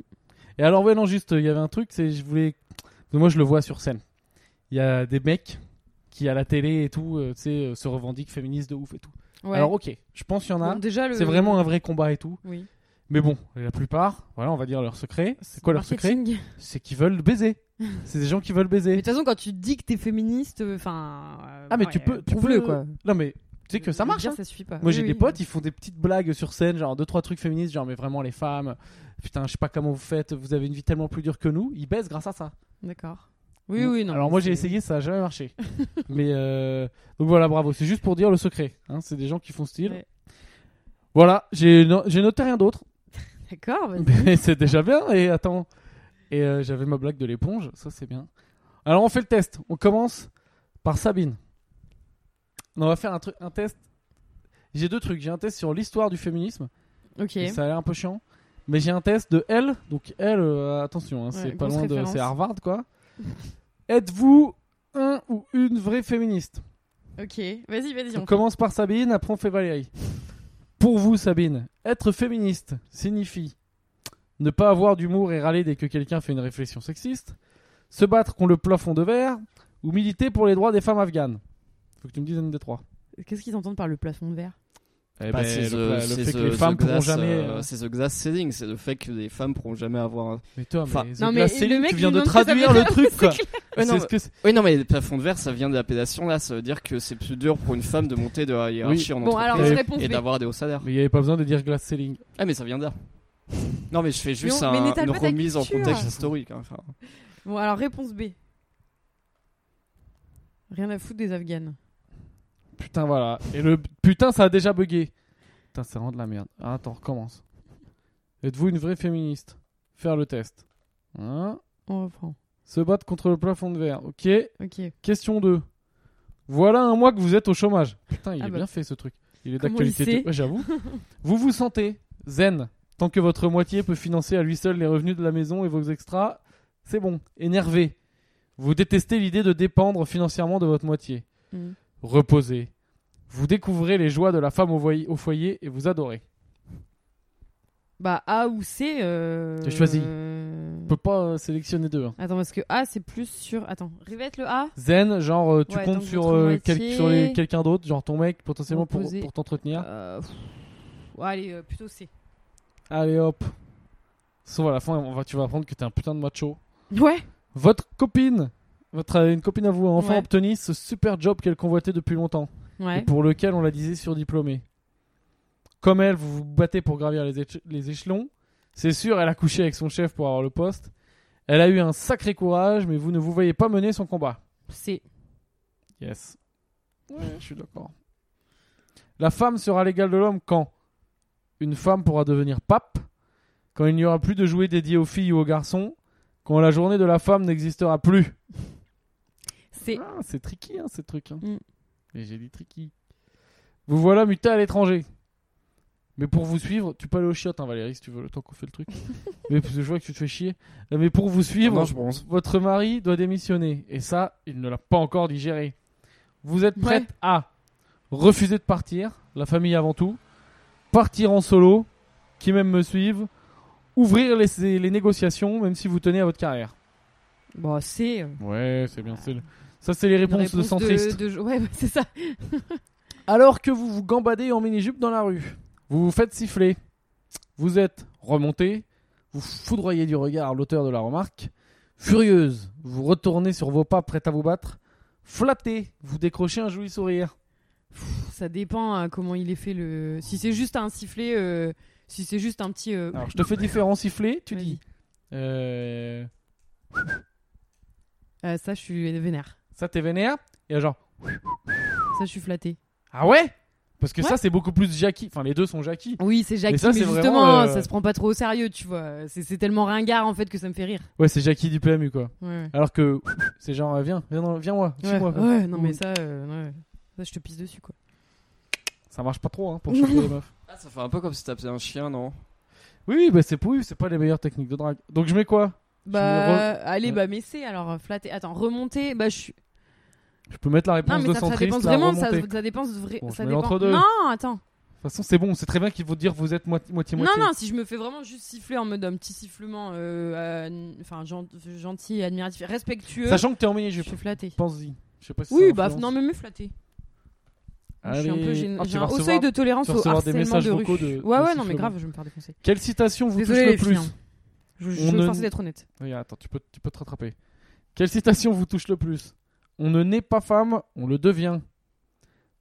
[SPEAKER 1] Et alors, ouais, non, juste, il y avait un truc, c'est je voulais. Moi, je le vois sur scène. Il y a des mecs qui, à la télé et tout, euh, tu sais, euh, se revendiquent féministes de ouf et tout.
[SPEAKER 2] Ouais.
[SPEAKER 1] Alors, ok, je pense qu'il y en a.
[SPEAKER 2] Bon, déjà, le-
[SPEAKER 1] C'est vraiment un vrai combat et tout.
[SPEAKER 2] Oui.
[SPEAKER 1] Mais bon, la plupart, voilà, on va dire leur secret. C'est quoi leur secret
[SPEAKER 2] Marketing.
[SPEAKER 1] C'est qu'ils veulent
[SPEAKER 2] [laughs]
[SPEAKER 1] baiser. C'est des gens qui veulent
[SPEAKER 2] Mais de
[SPEAKER 1] baiser.
[SPEAKER 2] toute façon, quand tu dis que t'es féministe, euh, enfin. euh,
[SPEAKER 1] Ah, mais
[SPEAKER 2] ouais,
[SPEAKER 1] tu peux- tu
[SPEAKER 2] Prouve-le,
[SPEAKER 1] peux-
[SPEAKER 2] quoi.
[SPEAKER 1] Non mais tu sais que ça
[SPEAKER 2] Le
[SPEAKER 1] marche.
[SPEAKER 2] dire,
[SPEAKER 1] hein.
[SPEAKER 2] ça suffit pas.
[SPEAKER 1] Moi
[SPEAKER 2] Oui,
[SPEAKER 1] j'ai
[SPEAKER 2] Ah oui.
[SPEAKER 1] des potes, ils font des petites blagues sur scène, genre deux trois trucs féministes, genre mais vraiment les femmes, putain je sais pas comment vous faites, vous avez une vie tellement plus dure que nous, ils baissent grâce à ça.
[SPEAKER 2] D'accord. Oui, oui, non.
[SPEAKER 1] Alors moi
[SPEAKER 2] c'est-
[SPEAKER 1] j'ai essayé, ça a jamais
[SPEAKER 2] [laughs]
[SPEAKER 1] marché. mais euh, donc voilà bravo, c'est juste pour dire le secret. hein. C'est des gens qui font style.
[SPEAKER 2] Ouais.
[SPEAKER 1] Voilà, j'ai no- j'ai noté rien d'autre, [laughs]
[SPEAKER 2] D'accord, vas-y.
[SPEAKER 1] mais c'est déjà bien. Et attends, et euh, j'avais ma blague de l'éponge, ça c'est bien. Alors on fait le test, on commence par Sabine. Non, on va faire un truc, un test. J'ai deux trucs, j'ai un test sur l'histoire du féminisme.
[SPEAKER 2] Ok.
[SPEAKER 1] Et Ça a l'air un peu chiant. Mais j'ai un test de elle. Donc elle, euh, attention, hein, c'est pas
[SPEAKER 2] grosse
[SPEAKER 1] loin de.
[SPEAKER 2] référence.
[SPEAKER 1] C'est Harvard,
[SPEAKER 2] [laughs]
[SPEAKER 1] quoi. Êtes-vous un ou une vraie féministe
[SPEAKER 2] Ok. Vas-y, vas-y.
[SPEAKER 1] On
[SPEAKER 2] on-
[SPEAKER 1] commence par Sabine, après on fait Valérie. Pour vous, Sabine, être féministe signifie ne pas avoir d'humour et râler dès que quelqu'un fait une réflexion sexiste, se battre contre le plafond de verre ou militer pour les droits des femmes afghanes. Faut que tu me dises une des trois.
[SPEAKER 2] Qu'est-ce qu'ils entendent par le plafond de verre
[SPEAKER 1] Eh
[SPEAKER 3] Bah,
[SPEAKER 1] ben,
[SPEAKER 3] c'est
[SPEAKER 1] le,
[SPEAKER 3] the-
[SPEAKER 1] pla- le
[SPEAKER 3] c'est
[SPEAKER 1] fait que
[SPEAKER 3] the-
[SPEAKER 1] les
[SPEAKER 3] the
[SPEAKER 1] femmes pourront
[SPEAKER 3] glass,
[SPEAKER 1] jamais.
[SPEAKER 3] euh,
[SPEAKER 1] euh,
[SPEAKER 3] C'est the glass ceiling, c'est le fait que les femmes pourront jamais avoir. un-
[SPEAKER 1] Mais toi, mais
[SPEAKER 3] Enfin,
[SPEAKER 1] The
[SPEAKER 2] non, mais
[SPEAKER 1] Glass
[SPEAKER 2] le
[SPEAKER 1] Ceiling,
[SPEAKER 2] mec
[SPEAKER 1] tu
[SPEAKER 2] lui
[SPEAKER 1] viens de
[SPEAKER 2] demande que ça
[SPEAKER 1] traduire
[SPEAKER 2] veut
[SPEAKER 1] le
[SPEAKER 2] dire-
[SPEAKER 1] truc, quoi.
[SPEAKER 3] Ouais,
[SPEAKER 1] C'est
[SPEAKER 3] non,
[SPEAKER 1] ce que c'est.
[SPEAKER 3] Oui, non, mais le plafond de verre, ça vient de l'appellation là. Ça veut dire que c'est plus dur pour une femme de monter de la hiérarchie en
[SPEAKER 2] Bon, alors,
[SPEAKER 3] entreprise
[SPEAKER 2] je réponds.
[SPEAKER 3] et d'avoir des hauts salaires.
[SPEAKER 1] Mais il n'y avait pas besoin de dire glass ceiling.
[SPEAKER 3] Ah, mais ça vient d'art. Non, mais je fais juste
[SPEAKER 2] on-
[SPEAKER 3] un-
[SPEAKER 2] mais n'étale
[SPEAKER 3] une
[SPEAKER 2] pas ta
[SPEAKER 3] remise en
[SPEAKER 2] culture.
[SPEAKER 3] contexte historique. hein, enfin.
[SPEAKER 2] Bon, alors réponse B. Rien à foutre des Afghanes.
[SPEAKER 1] Putain, voilà. Et le putain, ça a déjà bugué. Putain, c'est vraiment de la merde. Ah, attends, recommence. Êtes-vous une vraie féministe Faire le test. Hein
[SPEAKER 2] On reprend.
[SPEAKER 1] Se battre contre le plafond de verre. Ok.
[SPEAKER 2] Oh, Ok.
[SPEAKER 1] Question 2. Voilà un mois que vous êtes au chômage. Putain, il
[SPEAKER 2] Ah
[SPEAKER 1] est
[SPEAKER 2] bah.
[SPEAKER 1] bien fait ce truc. Il est
[SPEAKER 2] Comment
[SPEAKER 1] d'actualité.
[SPEAKER 2] il sait
[SPEAKER 1] tout- ouais,
[SPEAKER 2] [laughs]
[SPEAKER 1] J'avoue. vous vous sentez zen tant que votre moitié peut financer à lui seul les revenus de la maison et vos extras. C'est bon. Énervé. Vous détestez l'idée de dépendre financièrement de votre moitié.
[SPEAKER 2] Mm.
[SPEAKER 1] reposez. Vous découvrez les joies de la femme au, voy- au foyer et vous adorez.
[SPEAKER 2] Bah A ou C. Euh...
[SPEAKER 1] T'as choisi.
[SPEAKER 2] euh,
[SPEAKER 1] On peut pas euh, sélectionner deux. hein.
[SPEAKER 2] Attends parce que A c'est plus sur. Attends. Rivette le A.
[SPEAKER 1] Zen, genre euh, tu
[SPEAKER 2] Ouais,
[SPEAKER 1] comptes
[SPEAKER 2] donc
[SPEAKER 1] sur,
[SPEAKER 2] votre
[SPEAKER 1] euh, quel-
[SPEAKER 2] moitié.
[SPEAKER 1] sur les- quelqu'un d'autre, genre ton mec potentiellement pour,
[SPEAKER 2] Reposer.
[SPEAKER 1] pour t'entretenir.
[SPEAKER 2] Euh, pff, ouais, allez euh, plutôt C.
[SPEAKER 1] Allez hop. Sauf à la fin, on va, tu vas apprendre que t'es un putain de macho.
[SPEAKER 2] Ouais.
[SPEAKER 1] Votre copine, votre, euh, une copine à vous a enfin
[SPEAKER 2] Ouais.
[SPEAKER 1] obtenu ce super job qu'elle convoitait depuis longtemps
[SPEAKER 2] Ouais.
[SPEAKER 1] et pour lequel on la disait surdiplômée. comme elle, vous vous battez pour gravir les, éche- les échelons. C'est sûr, elle a couché avec son chef pour avoir le poste. Elle a eu un sacré courage, mais vous ne vous voyez pas mener son combat.
[SPEAKER 2] C'est.
[SPEAKER 1] Yes.
[SPEAKER 2] Mm.
[SPEAKER 1] je suis d'accord. La femme sera l'égale de l'homme quand une femme pourra devenir pape, quand il n'y aura plus de jouets dédiés aux filles ou aux garçons, quand la journée de la femme n'existera plus.
[SPEAKER 2] C'est.
[SPEAKER 1] Ah, c'est tricky, hein, ces trucs. hein.
[SPEAKER 2] Mm.
[SPEAKER 1] Mais j'ai dit tricky. Vous voilà muté à l'étranger. Mais pour vous suivre, tu peux aller au chiottes, hein, Valérie, si tu veux, le temps qu'on fait le truc. Mais parce que je vois que tu te fais chier. Euh, Mais pour vous suivre,
[SPEAKER 3] Ah Non, je pense.
[SPEAKER 1] votre mari doit démissionner. Et ça, il ne l'a pas encore digéré. Vous êtes prête
[SPEAKER 2] Ouais.
[SPEAKER 1] à refuser de partir, la famille avant tout, partir en solo, qui même me suivent, ouvrir les, les négociations, même si vous tenez à votre carrière.
[SPEAKER 2] Bon, c'est. euh,
[SPEAKER 1] Ouais, c'est bien. c'est le- Ça, c'est les
[SPEAKER 2] une
[SPEAKER 1] réponses de
[SPEAKER 2] réponse
[SPEAKER 1] centristes.
[SPEAKER 2] de- Ouais, [laughs] ouais, c'est ça.
[SPEAKER 1] Alors que vous vous gambadez en mini-jupe dans la rue, vous vous faites siffler. Vous êtes remonté, vous foudroyez du regard l'auteur de la remarque. Furieuse, vous retournez sur vos pas prête à vous battre. Flattée, vous décrochez un joli sourire.
[SPEAKER 2] Ça dépend hein, comment il est fait le. Si c'est juste un sifflet, euh, si c'est juste un petit. euh,
[SPEAKER 1] Alors je te fais différents sifflets, tu
[SPEAKER 2] Vas-y.
[SPEAKER 1] dis. euh,
[SPEAKER 2] euh, ça, je suis vénère.
[SPEAKER 1] ça t'es vénère Et genre,
[SPEAKER 2] Ça, je suis flattée.
[SPEAKER 1] ah ouais Parce que
[SPEAKER 2] Ouais.
[SPEAKER 1] ça c'est beaucoup plus Jackie. Enfin les deux sont Jackie.
[SPEAKER 2] Oui, c'est Jackie,
[SPEAKER 1] ça,
[SPEAKER 2] mais
[SPEAKER 1] c'est
[SPEAKER 2] justement,
[SPEAKER 1] vraiment, euh,
[SPEAKER 2] ça se prend pas trop au sérieux, tu vois. C'est c'est tellement ringard en fait que ça me fait rire.
[SPEAKER 1] Ouais c'est Jackie du PMU quoi.
[SPEAKER 2] Ouais,
[SPEAKER 1] Alors que c'est genre, euh, viens, viens, dans- viens moi,
[SPEAKER 2] ouais.
[SPEAKER 1] suis moi.
[SPEAKER 2] Ouais,
[SPEAKER 1] quoi.
[SPEAKER 2] ouais, non, mais
[SPEAKER 1] Ou-
[SPEAKER 2] ça, euh, ouais. ça, je te pisse dessus, quoi.
[SPEAKER 1] Ça marche pas trop hein, pour
[SPEAKER 2] Non, [laughs]
[SPEAKER 1] choper
[SPEAKER 2] non.
[SPEAKER 1] les meufs.
[SPEAKER 3] Ah, ça fait un peu comme si tapais un chien, non
[SPEAKER 1] Oui, oui, bah c'est pour c'est pas les meilleures techniques de drague. Donc je mets quoi
[SPEAKER 2] Bah, allez,
[SPEAKER 1] Ouais.
[SPEAKER 2] bah, mais c'est alors flatter. Attends, remonter. Bah, je suis.
[SPEAKER 1] Je peux mettre la réponse
[SPEAKER 2] Non, mais
[SPEAKER 1] de
[SPEAKER 2] ça, ça
[SPEAKER 1] centriste,
[SPEAKER 2] dépend
[SPEAKER 1] la
[SPEAKER 2] vraiment. Ça,
[SPEAKER 1] remontée. De
[SPEAKER 2] ça dépend. vra-
[SPEAKER 1] Bon, je
[SPEAKER 2] ça
[SPEAKER 1] mets
[SPEAKER 2] dépend.
[SPEAKER 1] l'entre-deux.
[SPEAKER 2] Non, attends.
[SPEAKER 1] toute façon, c'est bon, c'est très bien qu'il faut dire vous êtes moitié moitié.
[SPEAKER 2] Non,
[SPEAKER 1] moitié.
[SPEAKER 2] non, si je me fais vraiment juste siffler en mode un petit sifflement, euh, euh, enfin, gen- gentil, admiratif, respectueux,
[SPEAKER 1] Sachant que t'es en mini,
[SPEAKER 2] je
[SPEAKER 1] je
[SPEAKER 2] suis flattée.
[SPEAKER 1] pense-y. Je sais pas si
[SPEAKER 2] Oui,
[SPEAKER 1] ça
[SPEAKER 2] bah,
[SPEAKER 1] influence.
[SPEAKER 2] non, mais me flatter. Je suis un
[SPEAKER 1] Allez.
[SPEAKER 2] peu, j'ai une-
[SPEAKER 1] Ah, tu
[SPEAKER 2] j'ai
[SPEAKER 1] vas
[SPEAKER 2] un haut
[SPEAKER 1] recevoir-
[SPEAKER 2] seuil de tolérance
[SPEAKER 1] tu vas
[SPEAKER 2] au
[SPEAKER 1] recevoir
[SPEAKER 2] harcèlement
[SPEAKER 1] des messages
[SPEAKER 2] de rue.
[SPEAKER 1] vocaux de- de
[SPEAKER 2] ouais, ouais, non, mais
[SPEAKER 1] sifflements.
[SPEAKER 2] grave, je vais me faire défoncer.
[SPEAKER 1] Quelle citation vous
[SPEAKER 2] Désolée,
[SPEAKER 1] touche
[SPEAKER 2] les
[SPEAKER 1] le plus
[SPEAKER 2] filles. hein. Je, je
[SPEAKER 1] On
[SPEAKER 2] suis
[SPEAKER 1] ne-
[SPEAKER 2] forcée d'être honnête.
[SPEAKER 1] Oui, Attends, tu peux, tu peux te rattraper. Quelle citation vous touche le plus On ne naît pas femme, on le devient.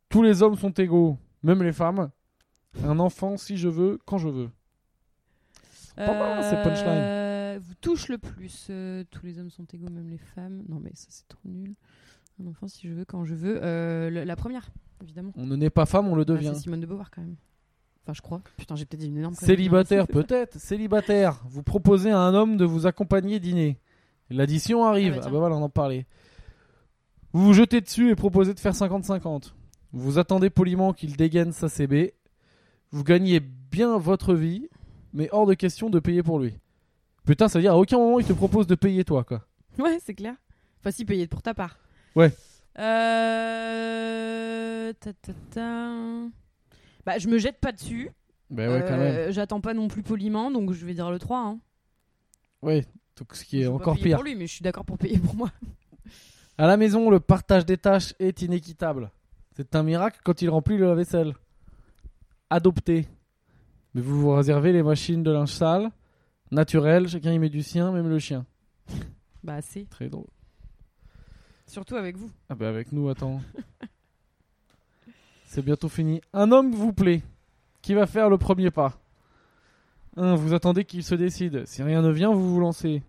[SPEAKER 1] Tous les hommes sont égaux, même les femmes. Un enfant, si je veux, quand je veux. pas mal, ces punchlines.
[SPEAKER 2] Euh, Vous touche le plus. euh, tous les hommes sont égaux, même les femmes. Non, mais ça, c'est trop nul. Un enfant, si je veux, quand je veux. Euh, le- la première, évidemment.
[SPEAKER 1] On ne naît pas femme, on le
[SPEAKER 2] Ah,
[SPEAKER 1] devient.
[SPEAKER 2] c'est Simone de Beauvoir, quand même. Enfin, je crois. Putain, j'ai peut-être dit une énorme. connerie. hein.
[SPEAKER 1] Célibataire peut-être, célibataire. Vous proposez à un homme de vous accompagner dîner. L'addition arrive. Ah
[SPEAKER 2] Ah bah
[SPEAKER 1] bah,
[SPEAKER 2] tiens.
[SPEAKER 1] voilà, on en parlait. Vous vous jetez dessus et proposez de faire 50-50. Vous attendez poliment qu'il dégaine sa CB. Vous gagnez bien votre vie, mais hors de question de payer pour lui. Putain, ça veut dire à aucun moment il te propose de payer toi quoi.
[SPEAKER 2] Ouais, c'est clair. Enfin, si, payer pour ta part.
[SPEAKER 1] Ouais.
[SPEAKER 2] Euh... Ta, ta, ta. Bah, je me jette pas dessus.
[SPEAKER 1] Ben ouais, quand
[SPEAKER 2] Euh,
[SPEAKER 1] même.
[SPEAKER 2] J'attends pas non plus poliment, donc je vais dire le 3. Hein.
[SPEAKER 1] Ouais, donc ce qui
[SPEAKER 2] Je
[SPEAKER 1] est
[SPEAKER 2] vais pas
[SPEAKER 1] encore
[SPEAKER 2] payer
[SPEAKER 1] pire.
[SPEAKER 2] pour lui, mais je suis d'accord pour payer pour moi.
[SPEAKER 1] À la maison, le partage des tâches est inéquitable. C'est un miracle quand il remplit le lave-vaisselle. Adopté. Mais vous vous réservez les machines de linge sale, naturel, chacun y met du sien, même le chien.
[SPEAKER 2] Bah, c'est.
[SPEAKER 1] Très drôle.
[SPEAKER 2] Surtout avec vous.
[SPEAKER 1] Ah bah avec nous, attends. [laughs] C'est bientôt fini. Un homme vous plaît. Qui va faire le premier pas 1. Vous attendez qu'il se décide. Si rien ne vient, vous vous lancez.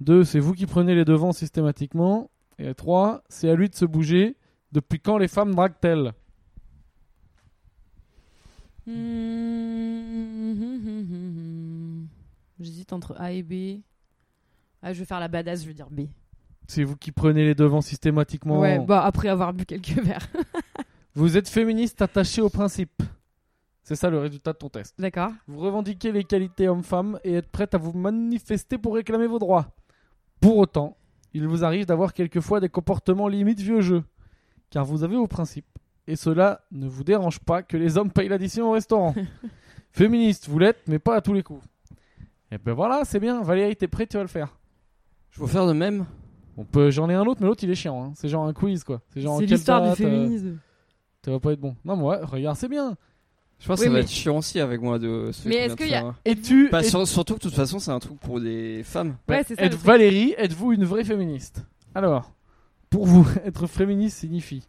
[SPEAKER 1] 2. C'est vous qui prenez les devants systématiquement. Et 3. C'est à lui de se bouger. Depuis quand les femmes draguent-elles
[SPEAKER 2] Hmm. Mmh. J'hésite entre A et B. Ah, je vais faire la badass, je vais dire B.
[SPEAKER 1] C'est vous qui prenez les devants systématiquement.
[SPEAKER 2] Ouais, bah après avoir bu quelques verres.
[SPEAKER 1] Vous êtes féministe attaché au principe. C'est ça le résultat de ton test.
[SPEAKER 2] D'accord.
[SPEAKER 1] Vous revendiquez les qualités homme-femme et êtes prête à vous manifester pour réclamer vos droits. Pour autant, il vous arrive d'avoir quelquefois des comportements limites vieux jeu, car vous avez vos principes, et cela ne vous dérange pas que les hommes payent l'addition au
[SPEAKER 2] [laughs]
[SPEAKER 1] restaurant. Féministe, vous l'êtes, mais pas à tous les coups. Et ben voilà, c'est bien, Valérie, t'es prête, tu vas le faire.
[SPEAKER 3] Je veux faire de même.
[SPEAKER 1] On peut, j'en ai un autre, mais l'autre il est chiant. hein. C'est genre un quiz quoi. C'est genre en
[SPEAKER 2] C'est
[SPEAKER 1] quelle
[SPEAKER 2] l'histoire du
[SPEAKER 1] date, euh,
[SPEAKER 2] féminisme.
[SPEAKER 1] Ça va pas être bon. Non, mais ouais, regarde, c'est bien.
[SPEAKER 3] Je pense
[SPEAKER 2] Oui,
[SPEAKER 3] que ça va
[SPEAKER 2] mais-
[SPEAKER 3] être chiant aussi avec moi de. ce
[SPEAKER 2] Mais est-ce
[SPEAKER 3] qu'on vient de
[SPEAKER 2] qu'il y a-
[SPEAKER 3] faire.
[SPEAKER 1] Et tu.
[SPEAKER 3] Bah, sur- surtout que de toute façon, c'est un truc pour les femmes.
[SPEAKER 2] Ouais, c'est ça. le
[SPEAKER 1] Êtes-
[SPEAKER 2] truc.
[SPEAKER 1] Bah, Valérie, êtes-vous une vraie féministe [laughs] Alors, pour vous, être féministe signifie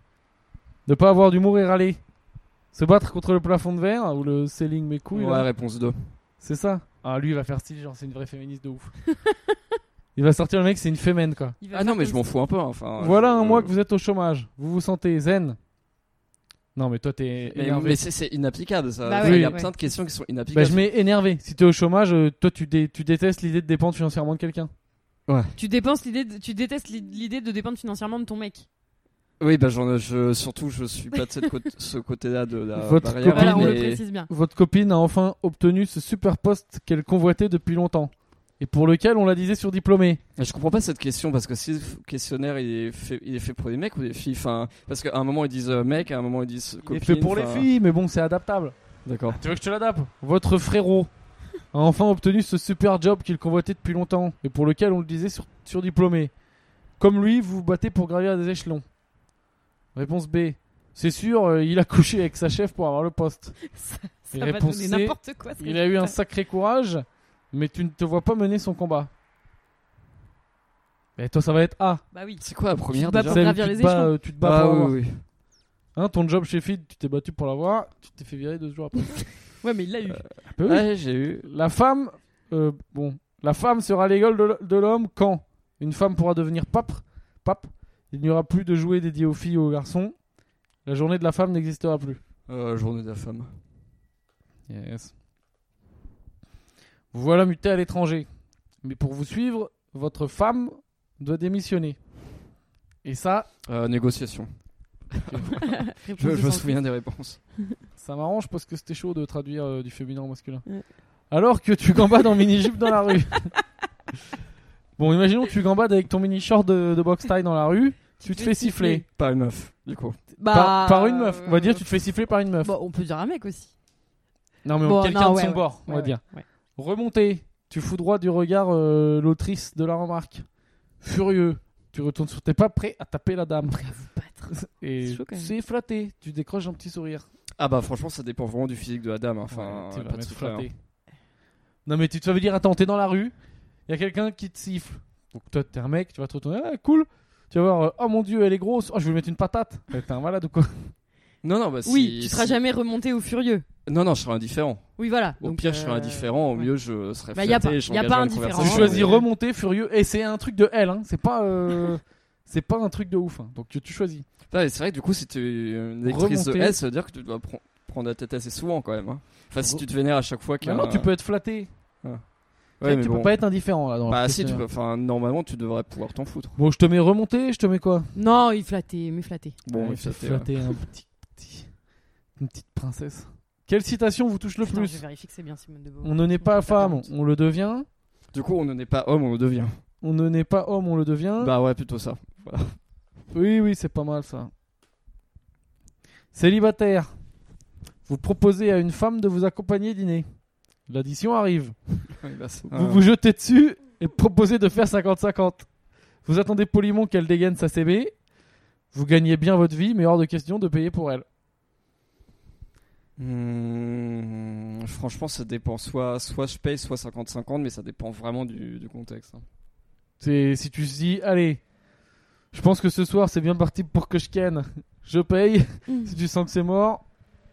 [SPEAKER 1] ne pas avoir d'humour et râler, Se battre contre le plafond de verre ou le selling mes couilles.
[SPEAKER 3] ouais,
[SPEAKER 1] là.
[SPEAKER 3] réponse 2.
[SPEAKER 1] C'est ça. Ah, lui, il va faire style, genre, c'est une vraie féministe de ouf. [laughs] il va sortir le mec, c'est une fémène, quoi.
[SPEAKER 2] Il va
[SPEAKER 3] Ah non,
[SPEAKER 2] faire
[SPEAKER 3] mais
[SPEAKER 2] comme
[SPEAKER 3] je m'en
[SPEAKER 2] ça.
[SPEAKER 3] fous un peu. hein, Enfin,
[SPEAKER 1] voilà
[SPEAKER 3] je-
[SPEAKER 1] un mois que vous êtes au chômage. Vous vous sentez zen. Non, mais toi, t'es
[SPEAKER 3] Mais,
[SPEAKER 1] énervé. Bah,
[SPEAKER 3] mais c'est- c'est inapplicable ça.
[SPEAKER 2] Bah
[SPEAKER 3] Enfin,
[SPEAKER 1] ouais,
[SPEAKER 3] Il y a
[SPEAKER 2] ouais.
[SPEAKER 3] plein de questions qui sont
[SPEAKER 1] Bah,
[SPEAKER 3] inapplicables.
[SPEAKER 1] je mets énervé. Si t'es au chômage, euh, toi, tu, dé- tu détestes l'idée de dépendre financièrement de quelqu'un.
[SPEAKER 2] Tu dépenses l'idée, de- tu détestes l'i- l'idée de dépendre financièrement de ton mec.
[SPEAKER 3] Oui, bah, j'en- je, surtout, je suis pas de cette côte- [laughs] ce côté-là de la
[SPEAKER 1] Votre
[SPEAKER 3] barrière.
[SPEAKER 1] copine
[SPEAKER 2] Voilà, on
[SPEAKER 1] mais-
[SPEAKER 2] le précise bien.
[SPEAKER 1] Votre copine a enfin obtenu ce super poste qu'elle convoitait depuis longtemps. Et pour lequel on la disait surdiplômée.
[SPEAKER 3] Mais Je comprends pas cette question parce que si le f- questionnaire il est fait, il est fait pour les mecs ou les filles, enfin, parce qu'à un moment ils disent euh, mec, à un moment ils disent
[SPEAKER 1] Il est
[SPEAKER 3] copine.
[SPEAKER 1] fait pour les
[SPEAKER 3] enfin,
[SPEAKER 1] filles, mais bon, c'est adaptable.
[SPEAKER 3] D'accord.
[SPEAKER 1] Tu veux que je te l'adapte Votre frérot a enfin obtenu ce super job qu'il convoitait depuis longtemps et pour lequel on le disait sur surdiplômé. Comme lui, vous vous battez pour gravir des échelons. Réponse B. C'est sûr, euh, il a couché avec sa chef pour avoir le poste.
[SPEAKER 2] Ça, ça
[SPEAKER 1] Et
[SPEAKER 2] va
[SPEAKER 1] réponse
[SPEAKER 2] donner
[SPEAKER 1] C,
[SPEAKER 2] n'importe quoi. ce
[SPEAKER 1] Il a eu un
[SPEAKER 2] résultat.
[SPEAKER 1] sacré courage, mais tu ne te vois pas mener son combat. Et toi, ça va être A.
[SPEAKER 2] Bah oui.
[SPEAKER 3] C'est quoi la
[SPEAKER 2] Tu te
[SPEAKER 3] première
[SPEAKER 2] bats
[SPEAKER 3] déjà
[SPEAKER 2] pour
[SPEAKER 1] Celle où
[SPEAKER 2] gravir
[SPEAKER 1] tu
[SPEAKER 2] les
[SPEAKER 1] te bats,
[SPEAKER 2] échelons.
[SPEAKER 1] euh, tu te bats
[SPEAKER 3] Ah
[SPEAKER 1] pour
[SPEAKER 3] oui,
[SPEAKER 1] l'avoir.
[SPEAKER 3] oui.
[SPEAKER 1] Hein, ton job chez Feed, tu t'es battu pour l'avoir, tu t'es fait virer deux jours après.
[SPEAKER 2] Ouais, mais il l'a eu.
[SPEAKER 1] Bah oui.
[SPEAKER 3] Ouais, j'ai eu.
[SPEAKER 1] La femme, euh, bon, la femme sera l'égale de l- de l'homme quand une femme pourra devenir pape. Pape. Il n'y aura plus de jouets dédiés aux filles ou aux garçons. La journée de la femme n'existera plus.
[SPEAKER 3] Euh, journée de la femme.
[SPEAKER 1] Yes. Vous voilà muté à l'étranger. Mais pour vous suivre, votre femme doit démissionner. Et ça,
[SPEAKER 3] Euh, négociation.
[SPEAKER 2] Réponse
[SPEAKER 3] Je, je me
[SPEAKER 2] 206.
[SPEAKER 3] souviens des réponses.
[SPEAKER 1] ça m'arrange parce que c'était chaud de traduire euh, du féminin au masculin.
[SPEAKER 2] Ouais.
[SPEAKER 1] Alors que tu gambades en mini-jupe dans la rue. [laughs] bon, imaginons que tu gambades avec ton mini-short de, de boxe taille dans la rue. Tu te fais siffler.
[SPEAKER 3] Pas une meuf, du coup.
[SPEAKER 2] Bah,
[SPEAKER 1] Par, par une meuf.
[SPEAKER 2] euh,
[SPEAKER 1] On va dire, tu te fais siffler par une meuf.
[SPEAKER 2] Bon, Bah, on peut dire un mec aussi.
[SPEAKER 1] Non, mais
[SPEAKER 2] Bon,
[SPEAKER 1] quelqu'un
[SPEAKER 2] non,
[SPEAKER 1] de
[SPEAKER 2] ouais,
[SPEAKER 1] son
[SPEAKER 2] ouais.
[SPEAKER 1] bord, on
[SPEAKER 2] Ouais,
[SPEAKER 1] va dire.
[SPEAKER 2] ouais, ouais.
[SPEAKER 1] Remonter. Tu fous droit du regard euh, l'autrice de la remarque. Furieux. Tu retournes sur tes pas prêt à taper la
[SPEAKER 2] [laughs]
[SPEAKER 1] dame.
[SPEAKER 2] Prêt à vous battre.
[SPEAKER 1] Et
[SPEAKER 2] C'est chaud, quand même.
[SPEAKER 1] c'est flatté. Tu décroches un petit sourire.
[SPEAKER 3] Ah bah franchement, ça dépend vraiment du physique de la dame. hein. Enfin,
[SPEAKER 1] Ouais, tu vas
[SPEAKER 3] pas de
[SPEAKER 1] mettre
[SPEAKER 3] secret, hein.
[SPEAKER 1] flatté. Non, mais tu te ça veut dire, attends, t'es dans la rue. Il y a quelqu'un qui te siffle. Donc toi, t'es un mec, tu vas te retourner. Ah, cool. Tu vas voir, euh, oh mon dieu, elle est grosse. Oh, je vais lui mettre une patate. Ouais, T'es un malade ou quoi
[SPEAKER 3] Non, non, bah si-
[SPEAKER 2] Oui, tu seras
[SPEAKER 3] si-
[SPEAKER 2] jamais remonté au furieux.
[SPEAKER 3] Non, non, je serai indifférent.
[SPEAKER 2] Oui, voilà.
[SPEAKER 3] Au
[SPEAKER 2] Donc,
[SPEAKER 3] pire, je serai
[SPEAKER 2] euh,
[SPEAKER 3] indifférent. Au
[SPEAKER 2] ouais.
[SPEAKER 3] mieux, je serai
[SPEAKER 2] Bah,
[SPEAKER 3] flatté.
[SPEAKER 2] y a pas-
[SPEAKER 3] je
[SPEAKER 2] y a pas
[SPEAKER 3] m'engagerais dans une
[SPEAKER 2] indifférent,
[SPEAKER 1] Tu
[SPEAKER 3] conversation,
[SPEAKER 2] hein,
[SPEAKER 1] choisis
[SPEAKER 3] mais-
[SPEAKER 1] remonter, furieux, et c'est un truc de L, hein. c'est pas, euh, c'est pas un truc de ouf. hein. Donc tu, tu choisis.
[SPEAKER 3] Ah, et c'est vrai que du coup, si tu es une lectrice de
[SPEAKER 1] Remonter.
[SPEAKER 3] S, ça veut dire que tu dois pr- prendre la tête assez souvent quand même. hein. Enfin, si
[SPEAKER 1] Re-
[SPEAKER 3] tu te vénères à chaque fois qu'il y a
[SPEAKER 1] Maintenant,
[SPEAKER 3] un-
[SPEAKER 1] tu peux être flatté.
[SPEAKER 3] Ouais, Bah, mais
[SPEAKER 1] tu
[SPEAKER 3] bon.
[SPEAKER 1] peux pas être indifférent là. Dans
[SPEAKER 3] Bah
[SPEAKER 1] leur
[SPEAKER 3] si, tu
[SPEAKER 1] questionnaire.
[SPEAKER 3] peux. Enfin, normalement, tu devrais pouvoir t'en foutre.
[SPEAKER 1] Bon, je te mets remonter, je te mets quoi
[SPEAKER 2] Non, il flattait, mais flatté.
[SPEAKER 3] Bon,
[SPEAKER 1] Ouais,
[SPEAKER 3] et ça,
[SPEAKER 1] c'est
[SPEAKER 3] t'es,
[SPEAKER 1] flatté, un petit, petit- une petite princesse. Quelle citation vous touche le
[SPEAKER 2] Putain, Je
[SPEAKER 1] plus
[SPEAKER 2] vérifie que c'est bien Simone de Beauvoir.
[SPEAKER 1] On ne naît pas
[SPEAKER 2] T'as
[SPEAKER 1] femme,
[SPEAKER 2] honte.
[SPEAKER 1] on le devient.
[SPEAKER 3] euh, Du coup, on ne n'est pas homme, on le devient.
[SPEAKER 1] On ne naît pas homme, on le devient.
[SPEAKER 3] Bah ouais,
[SPEAKER 1] [laughs]
[SPEAKER 3] plutôt ça.
[SPEAKER 1] Oui, oui, c'est pas mal ça. Célibataire, vous proposez à une femme de vous accompagner dîner. L'addition arrive.
[SPEAKER 3] Oui, bah, c'est-
[SPEAKER 1] Vous
[SPEAKER 3] euh,
[SPEAKER 1] vous jetez dessus et proposez de faire 50-50. Vous attendez poliment qu'elle dégaine sa CB. Vous gagnez bien votre vie, mais hors de question de payer pour elle.
[SPEAKER 3] hmm, Franchement, ça dépend. Soit, soit je paye, soit 50-50, mais ça dépend vraiment du, du contexte. hein.
[SPEAKER 1] C'est si tu te dis, allez, je pense que ce soir c'est bien parti pour que je ken. Je paye.
[SPEAKER 2] Mm.
[SPEAKER 1] si tu sens que c'est mort,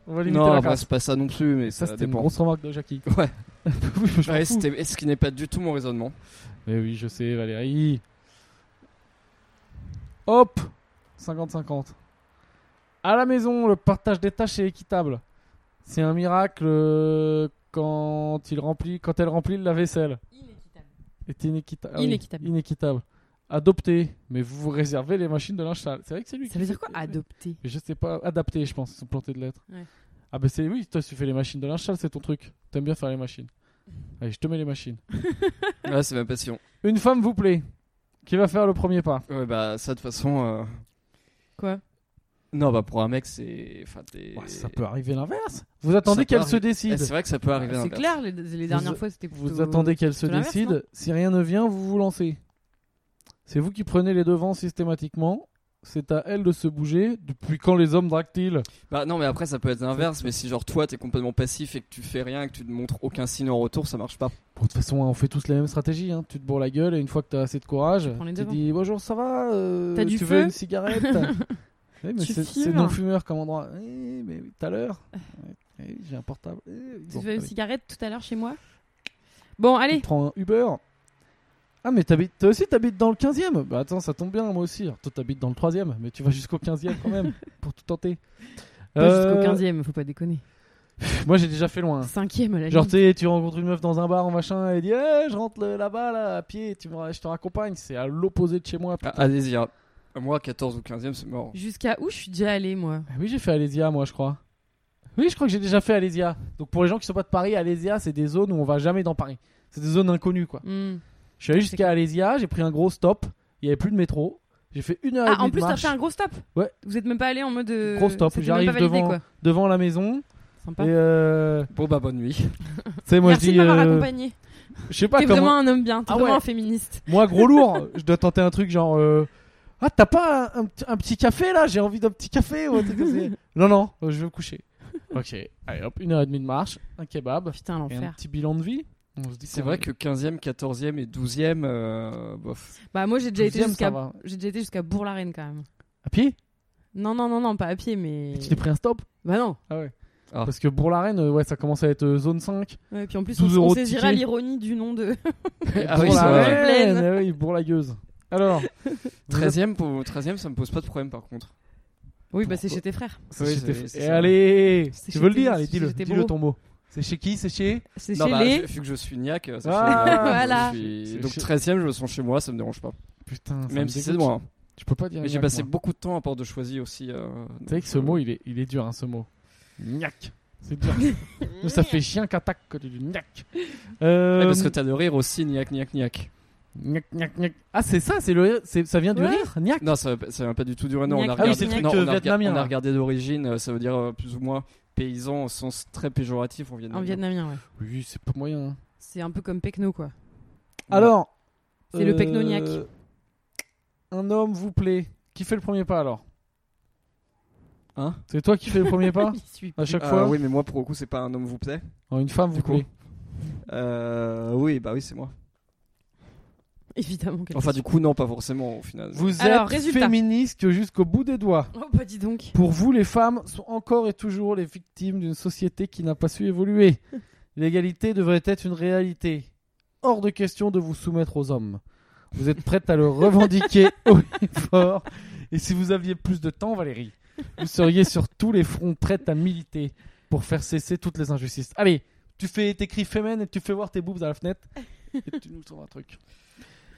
[SPEAKER 1] on va limiter
[SPEAKER 3] Non,
[SPEAKER 1] la
[SPEAKER 3] après,
[SPEAKER 1] casse.
[SPEAKER 3] c'est pas ça non plus, mais
[SPEAKER 1] Ça,
[SPEAKER 3] ça,
[SPEAKER 1] c'était une
[SPEAKER 3] dépend.
[SPEAKER 1] grosse remarque de Jackie.
[SPEAKER 3] Ouais.
[SPEAKER 1] Oui, [laughs] je m'en
[SPEAKER 3] Ouais,
[SPEAKER 1] fous.
[SPEAKER 3] c'était- ce qui n'est pas du tout
[SPEAKER 1] [laughs]
[SPEAKER 3] mon raisonnement.
[SPEAKER 1] Mais oui, je sais, Valérie. Hop 50-50. À la maison, le partage des tâches est équitable. C'est un miracle euh, quand, il remplit, quand elle remplit la vaisselle.
[SPEAKER 2] Inéquitable.
[SPEAKER 1] Est inéquita- ah
[SPEAKER 2] Inéquitable.
[SPEAKER 1] Oui, inéquitable. Adopté, mais vous vous réservez les machines de linge sale. C'est vrai que c'est lui
[SPEAKER 2] Ça veut dire quoi Adopter.
[SPEAKER 1] Mais Je sais pas, adapté, je pense. Ils sont plantés de lettres.
[SPEAKER 2] Ouais.
[SPEAKER 1] Ah, bah c'est oui, toi, tu fais les machines de linge sale, c'est ton truc. T'aimes bien faire les machines. Allez, je te mets les machines.
[SPEAKER 3] Ouais, c'est ma passion.
[SPEAKER 1] Une femme vous plaît. Qui va faire le premier pas
[SPEAKER 3] Ouais, bah ça, de toute façon. euh,
[SPEAKER 2] Quoi
[SPEAKER 3] Non, bah pour un mec, c'est. Enfin, t'es-
[SPEAKER 1] Ouais, ça peut arriver l'inverse. Vous attendez
[SPEAKER 3] peut
[SPEAKER 1] qu'elle se
[SPEAKER 3] arriver. Eh,
[SPEAKER 1] décide.
[SPEAKER 3] C'est vrai que ça peut arriver.
[SPEAKER 2] C'est
[SPEAKER 3] l'inverse.
[SPEAKER 2] clair, les, les dernières fois c'était plutôt.
[SPEAKER 1] Vous attendez qu'elle se
[SPEAKER 2] plutôt l'inverse, non
[SPEAKER 1] décide. Si rien ne vient, vous vous lancez. C'est vous qui prenez les devants systématiquement. C'est à elle de se bouger. Depuis quand les hommes draguent-ils
[SPEAKER 3] Bah non, mais après, ça peut être l'inverse. Mais si, genre, toi, t'es complètement passif et que tu fais rien et que tu ne montres aucun signe en retour, ça marche pas.
[SPEAKER 1] Bon, de toute façon, on fait tous la même stratégie. hein. Tu te bourres la gueule et une fois que t'as assez de courage,
[SPEAKER 2] prends les
[SPEAKER 1] tu
[SPEAKER 2] devants.
[SPEAKER 1] dis bonjour, ça va Euh,
[SPEAKER 2] T'as du
[SPEAKER 1] Tu
[SPEAKER 2] [laughs] feu
[SPEAKER 1] veux une cigarette Oui, mais
[SPEAKER 2] Tu
[SPEAKER 1] c'est
[SPEAKER 2] fumes.
[SPEAKER 1] c'est non-fumeur comme endroit. Eh, mais oui, tout à
[SPEAKER 2] [laughs]
[SPEAKER 1] l'heure. Eh, eh, J'ai un portable. Eh,
[SPEAKER 2] Tu
[SPEAKER 1] bon,
[SPEAKER 2] veux une
[SPEAKER 1] allez.
[SPEAKER 2] cigarette tout à l'heure chez moi Bon,
[SPEAKER 1] Tu
[SPEAKER 2] allez.
[SPEAKER 1] prends un Uber. Ah, mais t'habites- toi aussi t'habites dans le 15 e Bah attends, ça tombe bien, moi aussi. Alors, toi t'habites dans le 3 e mais tu vas jusqu'au 15 e quand même, pour tout tenter.
[SPEAKER 2] Pas Jusqu'au
[SPEAKER 1] Euh,
[SPEAKER 2] 15ème, faut pas déconner.
[SPEAKER 1] Moi j'ai déjà fait loin. hein.
[SPEAKER 2] 5ème à la
[SPEAKER 1] Genre,
[SPEAKER 2] limite.
[SPEAKER 1] tu sais, tu rencontres une meuf dans un bar en machin, elle dit Eh, je rentre le- là-bas, là, à pied, tu me, ra- je te raccompagne, c'est à l'opposé de chez moi. putain.
[SPEAKER 3] Ah, Allez-y. hein. Moi, 14 ou 15e, c'est mort.
[SPEAKER 2] Jusqu'à où je suis déjà allée, moi
[SPEAKER 1] Ah Oui, j'ai fait Alésia, moi, je crois. Oui, je crois que j'ai déjà fait Alésia. Donc, pour les gens qui sont pas de Paris, Alésia, c'est des zones où on va jamais dans Paris. C'est des zones inconnues, quoi.
[SPEAKER 2] Hmm.
[SPEAKER 1] Je suis allé
[SPEAKER 2] Je sais
[SPEAKER 1] jusqu'à Alésia, j'ai pris un gros stop, il y avait plus de métro, j'ai fait une heure et
[SPEAKER 2] Ah,
[SPEAKER 1] demie
[SPEAKER 2] en
[SPEAKER 1] de
[SPEAKER 2] plus, t'as
[SPEAKER 1] marche
[SPEAKER 2] fait un gros stop
[SPEAKER 1] Ouais.
[SPEAKER 2] Vous êtes même pas allé en mode. euh,
[SPEAKER 1] Gros stop,
[SPEAKER 2] c'était
[SPEAKER 1] j'arrive
[SPEAKER 2] même pas validé,
[SPEAKER 1] devant-
[SPEAKER 2] quoi.
[SPEAKER 1] devant la maison.
[SPEAKER 2] Sympa.
[SPEAKER 1] Et euh,
[SPEAKER 3] Bon, bah, bonne nuit.
[SPEAKER 1] tu sais, moi, je
[SPEAKER 2] Merci
[SPEAKER 1] dis,
[SPEAKER 2] de m'avoir
[SPEAKER 1] euh,
[SPEAKER 2] accompagné.
[SPEAKER 1] je sais pas
[SPEAKER 2] T'es
[SPEAKER 1] comment.
[SPEAKER 2] vraiment un homme bien, t'es
[SPEAKER 1] Ah
[SPEAKER 2] vraiment
[SPEAKER 1] ouais.
[SPEAKER 2] un féministe.
[SPEAKER 1] Moi, gros lourd, je dois tenter un truc genre. euh, Ah, t'as pas un, un petit- un petit café là J'ai envie d'un petit café ou un truc comme ça. Non, non, euh, je vais me coucher. Ok, allez hop, une heure et demie de marche, un kebab
[SPEAKER 2] Putain,
[SPEAKER 1] et un
[SPEAKER 2] l'enfer.
[SPEAKER 1] petit bilan de vie. On se dit
[SPEAKER 3] C'est
[SPEAKER 1] qu'on-
[SPEAKER 3] vrai que 15e, 14e et 12e, euh, bof.
[SPEAKER 2] Bah, moi, j'ai déjà été
[SPEAKER 1] Deuxième, ça
[SPEAKER 2] jusqu'à
[SPEAKER 1] va.
[SPEAKER 2] j'ai déjà été jusqu'à Bourg-la-Reine quand même.
[SPEAKER 1] À pied
[SPEAKER 2] Non, non, non, non, pas à pied, mais.
[SPEAKER 1] Et Tu t'es pris un stop
[SPEAKER 2] Bah, non.
[SPEAKER 1] Ah ouais.
[SPEAKER 3] Ah.
[SPEAKER 1] Parce que pour la reine, ouais, ça commence à être euh, zone 5.
[SPEAKER 2] Ouais, Et puis en plus,
[SPEAKER 1] 12
[SPEAKER 2] on,
[SPEAKER 1] euros
[SPEAKER 2] on
[SPEAKER 1] de
[SPEAKER 2] saisira
[SPEAKER 1] ticket.
[SPEAKER 2] l'ironie du nom de.
[SPEAKER 3] [laughs]
[SPEAKER 2] [laughs]
[SPEAKER 3] Ah oui,
[SPEAKER 1] pour
[SPEAKER 3] c'est
[SPEAKER 1] la
[SPEAKER 3] vrai.
[SPEAKER 1] reine,
[SPEAKER 2] Pleine.
[SPEAKER 1] eh oui, pour la gueuse. Alors,
[SPEAKER 3] 13e, pour, 13e, ça me pose pas de problème par contre.
[SPEAKER 2] Oui, bah, c'est
[SPEAKER 1] Pourquoi
[SPEAKER 2] chez tes frères.
[SPEAKER 1] c'est
[SPEAKER 3] Oui,
[SPEAKER 1] chez
[SPEAKER 3] c'est-
[SPEAKER 1] tes-
[SPEAKER 3] c'est
[SPEAKER 1] Eh,
[SPEAKER 3] ça.
[SPEAKER 1] allez,
[SPEAKER 2] C'est
[SPEAKER 1] tu
[SPEAKER 2] chez
[SPEAKER 1] veux le
[SPEAKER 2] tes-
[SPEAKER 1] dire
[SPEAKER 2] c'est
[SPEAKER 1] Allez, dis-le,
[SPEAKER 2] chez tes
[SPEAKER 1] dis-le
[SPEAKER 2] bros.
[SPEAKER 1] ton mot. C'est chez qui C'est chez
[SPEAKER 2] C'est
[SPEAKER 3] Non,
[SPEAKER 2] chez
[SPEAKER 3] bah,
[SPEAKER 2] les.
[SPEAKER 3] vu que je suis niaque, euh, ça
[SPEAKER 1] Ah, [laughs]
[SPEAKER 3] fait- je
[SPEAKER 2] voilà.
[SPEAKER 3] suis-
[SPEAKER 1] C'est- c'est
[SPEAKER 3] Donc
[SPEAKER 1] chez-
[SPEAKER 3] 13e, je sens chez moi, ça me dérange pas.
[SPEAKER 1] Putain, ça
[SPEAKER 3] Même
[SPEAKER 1] me
[SPEAKER 3] si c'est hein.
[SPEAKER 1] dégoûte.
[SPEAKER 3] loin.
[SPEAKER 1] Je peux pas dire.
[SPEAKER 3] Mais j'ai
[SPEAKER 1] gnac,
[SPEAKER 3] passé
[SPEAKER 1] moi.
[SPEAKER 3] beaucoup de temps à port de Choisy aussi. euh,
[SPEAKER 1] Tu sais que ce
[SPEAKER 3] donc,
[SPEAKER 1] mot,
[SPEAKER 3] euh,
[SPEAKER 1] il est, il est dur, hein, ce mot. Gnac. C'est
[SPEAKER 2] [laughs]
[SPEAKER 1] dur. Nous, ça fait chien qu'attaque quand tu dis gnac. Euh,
[SPEAKER 3] ouais, Eh, parce que t'as le rire aussi, niaque, niaque, niaque.
[SPEAKER 1] gnac, gnac, gnac. Ah, c'est ça, c'est le, c'est, ça vient du
[SPEAKER 2] Ouais.
[SPEAKER 1] rire, gnac.
[SPEAKER 3] Non, ça ça vient pas du tout du non, on a
[SPEAKER 2] Niaque,
[SPEAKER 1] Ah oui,
[SPEAKER 3] regardé,
[SPEAKER 1] c'est le
[SPEAKER 2] Gnac.
[SPEAKER 1] truc
[SPEAKER 3] non,
[SPEAKER 1] euh,
[SPEAKER 3] on a rega-
[SPEAKER 1] vietnamien.
[SPEAKER 3] on a
[SPEAKER 1] là.
[SPEAKER 3] regardé d'origine, euh, ça veut dire euh, plus ou moins paysan au sens très péjoratif en
[SPEAKER 2] En
[SPEAKER 3] vietnamien.
[SPEAKER 2] vietnamien, ouais.
[SPEAKER 1] Oui, c'est pas moyen. hein.
[SPEAKER 2] C'est un peu comme Pecno, quoi.
[SPEAKER 3] Ouais.
[SPEAKER 1] Alors. euh,
[SPEAKER 2] C'est le pecnoniaque.
[SPEAKER 1] Un homme vous plaît. Qui fait le premier pas alors
[SPEAKER 3] Hein
[SPEAKER 1] C'est toi qui fais le premier
[SPEAKER 3] [laughs]
[SPEAKER 1] pas
[SPEAKER 2] [laughs]
[SPEAKER 1] Ah,
[SPEAKER 2] Il suit.
[SPEAKER 1] à chaque
[SPEAKER 3] Euh,
[SPEAKER 1] fois
[SPEAKER 3] Oui, mais moi pour le coup, c'est pas un homme vous plaît.
[SPEAKER 1] Oh, Une femme vous
[SPEAKER 3] Du coup.
[SPEAKER 1] plaît.
[SPEAKER 3] Euh, oui, bah oui, c'est moi.
[SPEAKER 2] Évidemment. quelle
[SPEAKER 3] Enfin, du coup, non, pas forcément au final.
[SPEAKER 1] Vous
[SPEAKER 2] Alors,
[SPEAKER 1] êtes
[SPEAKER 2] résultat.
[SPEAKER 1] féministe jusqu'au bout des doigts.
[SPEAKER 2] question. Oh, bah, dis donc.
[SPEAKER 1] Pour vous, les femmes sont encore et toujours les victimes d'une société qui n'a pas su
[SPEAKER 2] [laughs]
[SPEAKER 1] évoluer. L'égalité devrait être une réalité. Hors de question de vous soumettre aux hommes. Vous êtes prête à
[SPEAKER 2] [laughs]
[SPEAKER 1] le revendiquer haut et fort. Et si vous aviez plus de temps, Valérie, vous seriez sur tous les fronts prête à militer pour faire cesser toutes les injustices. Allez, tu fais t'écris Femen et tu fais voir tes boobs à la fenêtre et tu nous trouves un truc.